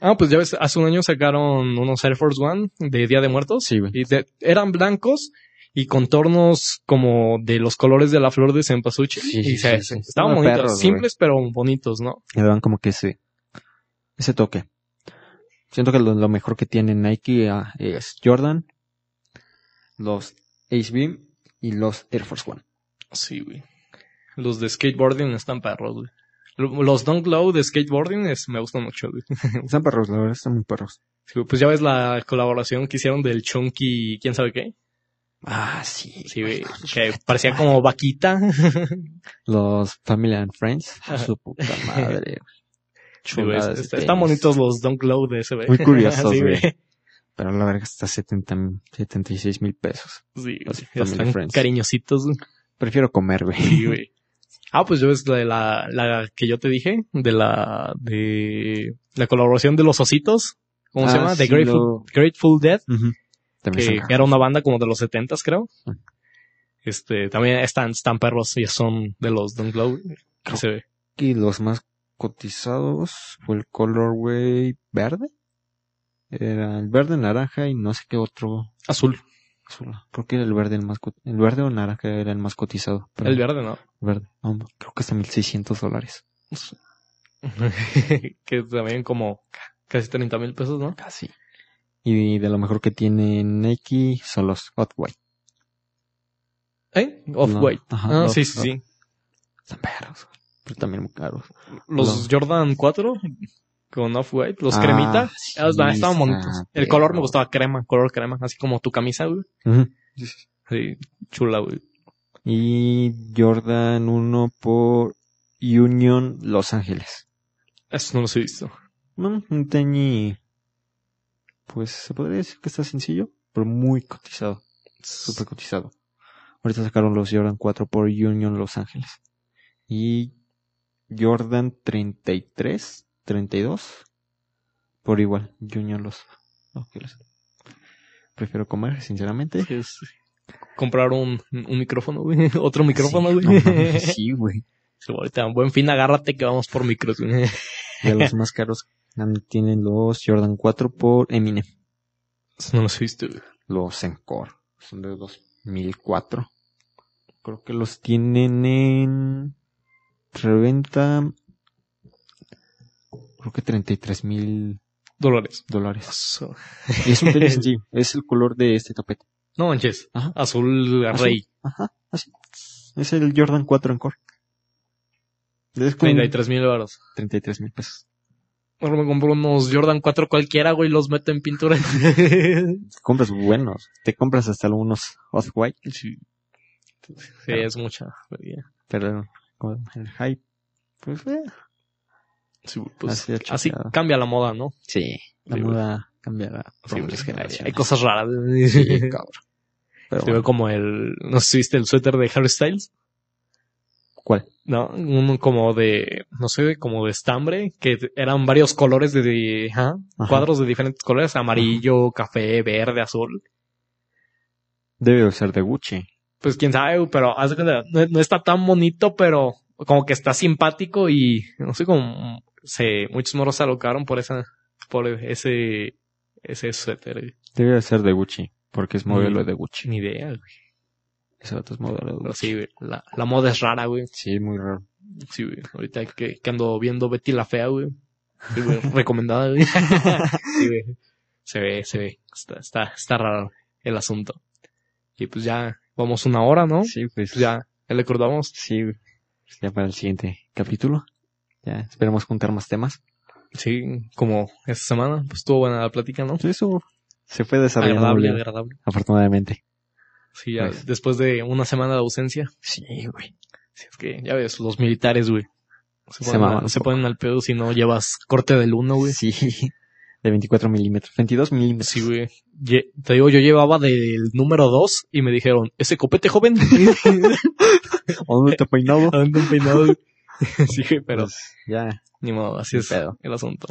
Speaker 1: Ah, pues ya ves, hace un año sacaron unos Air Force One de Día de Muertos.
Speaker 2: Sí, güey.
Speaker 1: Y de- eran blancos y contornos como de los colores de la flor de cempasúchil.
Speaker 2: Sí,
Speaker 1: y
Speaker 2: sí,
Speaker 1: se-
Speaker 2: sí, sí.
Speaker 1: Estaban
Speaker 2: Estaban
Speaker 1: bonitos,
Speaker 2: perros, güey.
Speaker 1: simples pero bonitos, ¿no?
Speaker 2: Le dan como que ese, ese toque. Siento que lo, lo mejor que tiene Nike ah, es Jordan, los Ace Beam y los Air Force One.
Speaker 1: Sí, güey. Los de skateboarding están perros, güey. Lo- Los Dunk Low de skateboarding es- me gustan mucho, güey.
Speaker 2: Están perros, la verdad, están muy perros.
Speaker 1: Sí, güey. Pues ya ves la colaboración que hicieron del Chunky y quién sabe qué.
Speaker 2: Ah, sí.
Speaker 1: Sí, güey. Que parecía como vaquita.
Speaker 2: Los Family and Friends.
Speaker 1: Ajá.
Speaker 2: Su puta madre.
Speaker 1: Sí, güey,
Speaker 2: Chuladas de
Speaker 1: est- están
Speaker 2: tenis.
Speaker 1: bonitos los Dunk Low de ese, güey.
Speaker 2: Muy curiosos,
Speaker 1: Sí,
Speaker 2: güey. Pero la verga está 70, 76 mil pesos.
Speaker 1: Sí,
Speaker 2: Los
Speaker 1: güey,
Speaker 2: Family
Speaker 1: están
Speaker 2: Friends.
Speaker 1: cariñositos. güey.
Speaker 2: Prefiero comer, güey.
Speaker 1: Sí, güey. Ah, pues yo ves la, la, la que yo te dije, de la, de la colaboración de los ositos. ¿Cómo se
Speaker 2: Ah,
Speaker 1: llama? De
Speaker 2: sí,
Speaker 1: Grateful,
Speaker 2: lo-
Speaker 1: Grateful Dead,
Speaker 2: Ujú. También
Speaker 1: que
Speaker 2: son
Speaker 1: era una banda como de los setentas, creo.
Speaker 2: Ujú.
Speaker 1: Este, también están, están perros, ya son de los Don't Glow. que
Speaker 2: Creo-
Speaker 1: se ve.
Speaker 2: Y los más cotizados fue el colorway verde. Era el verde, naranja y no sé qué otro
Speaker 1: Azul,
Speaker 2: azul. Creo que era el verde el más co- El verde o el naranja era el más cotizado. pero
Speaker 1: el verde, ¿no?
Speaker 2: verde. No, no, creo que hasta 1600 dólares.
Speaker 1: que también como casi 30 mil pesos, ¿no?
Speaker 2: Casi. Y de lo mejor que tiene Nike son los Hot White.
Speaker 1: ¿Eh? Off-white.
Speaker 2: No, ajá,
Speaker 1: ah,
Speaker 2: los-
Speaker 1: sí, sí, sí.
Speaker 2: Están perros. Pero también muy caros.
Speaker 1: Los Jordan 4 con off-white, los
Speaker 2: Ah,
Speaker 1: cremita.
Speaker 2: sí,
Speaker 1: Ah, Estaban estaban
Speaker 2: está
Speaker 1: bonitos. El color me
Speaker 2: perro.
Speaker 1: gustaba crema, color crema, así como tu camisa, güey.
Speaker 2: Ujú.
Speaker 1: Sí, chula, güey.
Speaker 2: Y Jordan 1 por Union Los Ángeles.
Speaker 1: Eso no los he visto.
Speaker 2: No, un tenis. Pues se podría decir que está sencillo, pero muy cotizado. Súper cotizado. Ahorita sacaron los Jordan 4 por Union Los Ángeles. Y Jordan 33, 32. Por igual, Union Los Ángeles. Prefiero comer, sinceramente.
Speaker 1: Sí, es- Comprar un, un micrófono, güey. Otro micrófono,
Speaker 2: Sí,
Speaker 1: güey.
Speaker 2: no mames, sí, güey.
Speaker 1: Sí, ahorita, buen fin, agárrate que vamos por micros, güey.
Speaker 2: De los más caros también tienen los Jordan 4 por Eminem.
Speaker 1: Eso no los he visto, güey.
Speaker 2: los Encore. Son de 2004. Creo que los tienen en reventa. Creo que 33 mil
Speaker 1: Dólares.
Speaker 2: dólares.
Speaker 1: Eso.
Speaker 2: Y es un tenis sencillo. Es el color de este tapete.
Speaker 1: No manches.
Speaker 2: Ajá.
Speaker 1: Azul
Speaker 2: Azul.
Speaker 1: rey.
Speaker 2: Ajá, así. Es el Jordan 4 Encore. Es como
Speaker 1: 33 mil baros.
Speaker 2: 33 mil pesos.
Speaker 1: Ahora me compro unos Jordan 4 cualquiera, güey, y los meto en pintura.
Speaker 2: Te compras buenos. Te compras hasta algunos off-white.
Speaker 1: sí. Sí,
Speaker 2: Claro.
Speaker 1: es mucha. verga.
Speaker 2: Pero como el hype. Pues, eh,
Speaker 1: Sí, pues,
Speaker 2: Así
Speaker 1: así,
Speaker 2: de chingado.
Speaker 1: cambia la moda, ¿no?
Speaker 2: sí. La
Speaker 1: Sí,
Speaker 2: moda cambiará
Speaker 1: Sí,
Speaker 2: por
Speaker 1: pues,
Speaker 2: muchas generaciones.
Speaker 1: hay, hay cosas raras.
Speaker 2: Sí, cabrón. Pero
Speaker 1: Se ve
Speaker 2: bueno,
Speaker 1: como el. No sé si viste el suéter de Harry Styles.
Speaker 2: ¿cuál?
Speaker 1: No, uno como de, no sé, como de estambre, que eran varios colores de, de- ajá,
Speaker 2: Ajá.
Speaker 1: cuadros de diferentes colores, amarillo, café, verde, azul.
Speaker 2: Debe de ser de Gucci.
Speaker 1: Pues quién sabe, pero haz de cuenta, no, no está tan bonito, pero como que está simpático y no sé, como se, muchos moros se alocaron por esa, por ese, ese suéter, güey.
Speaker 2: Debe de ser de Gucci. Porque es modelo
Speaker 1: Mm.
Speaker 2: de Gucci.
Speaker 1: ni idea, güey.
Speaker 2: Ese otro es modelo de
Speaker 1: Pero
Speaker 2: Gucci.
Speaker 1: sí, güey, la, la moda es rara, güey.
Speaker 2: Sí, muy raro.
Speaker 1: Sí, güey. Ahorita que, que ando viendo Betty la Fea, güey. Sí, güey, Recomendada, güey. Sí, güey. Se ve, se ve. Está, está, está raro el asunto. Y pues ya vamos una hora, ¿no?
Speaker 2: Sí, pues
Speaker 1: Pues ya, ya le acordamos.
Speaker 2: Sí, güey. Pues ya para el siguiente capítulo. Ya esperemos juntar más temas.
Speaker 1: Sí, como esta semana, pues estuvo buena la plática, ¿no?
Speaker 2: Pues eso se fue desarrollando
Speaker 1: Agradable,
Speaker 2: bien,
Speaker 1: agradable.
Speaker 2: afortunadamente.
Speaker 1: Sí, ya
Speaker 2: Pues.
Speaker 1: después de una semana de ausencia.
Speaker 2: Sí, güey.
Speaker 1: Si es que, ya ves, los militares, güey. Se
Speaker 2: Se
Speaker 1: ponen,
Speaker 2: maman un
Speaker 1: se
Speaker 2: poco.
Speaker 1: ponen al pedo si no llevas corte del uno, güey.
Speaker 2: Sí, de 24 milímetros, 22 milímetros.
Speaker 1: Sí, güey. Ye- Te digo, yo llevaba del número 2 y me dijeron, ese copete joven.
Speaker 2: ¿O dónde te peinado?
Speaker 1: Ando un peinado. sí, güey, pero
Speaker 2: Pues, ya,
Speaker 1: ni modo, así
Speaker 2: ni
Speaker 1: es
Speaker 2: pedo.
Speaker 1: el asunto.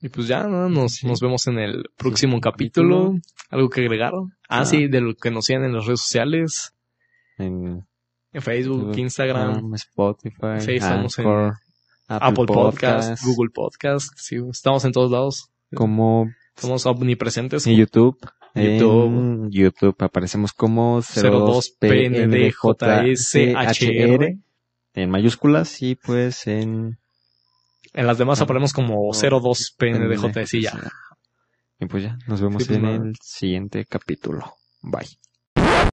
Speaker 1: Y pues ya, ¿no? nos,
Speaker 2: Sí.
Speaker 1: nos vemos en el próximo capítulo.
Speaker 2: capítulo.
Speaker 1: ¿Algo que agregar? Ah,
Speaker 2: Ah.
Speaker 1: sí, de lo que nos sigan en las redes sociales.
Speaker 2: en
Speaker 1: En Facebook,
Speaker 2: Facebook,
Speaker 1: Instagram,
Speaker 2: Instagram, Spotify,
Speaker 1: Sí, estamos en
Speaker 2: Anchor,
Speaker 1: Ah, Apple Podcast,
Speaker 2: Podcasts,
Speaker 1: Google Podcast. Sí, estamos en todos lados.
Speaker 2: como
Speaker 1: Somos omnipresentes.
Speaker 2: en YouTube.
Speaker 1: YouTube.
Speaker 2: En YouTube aparecemos como 02
Speaker 1: E 02PNDJSHR.
Speaker 2: en mayúsculas y pues en
Speaker 1: En las demás
Speaker 2: Ah.
Speaker 1: aparecemos como
Speaker 2: No.
Speaker 1: 02 PNDJ.
Speaker 2: en-
Speaker 1: Sí, ya.
Speaker 2: Y pues ya, nos vemos
Speaker 1: Sí, pues
Speaker 2: en
Speaker 1: nada.
Speaker 2: el siguiente capítulo. Bye.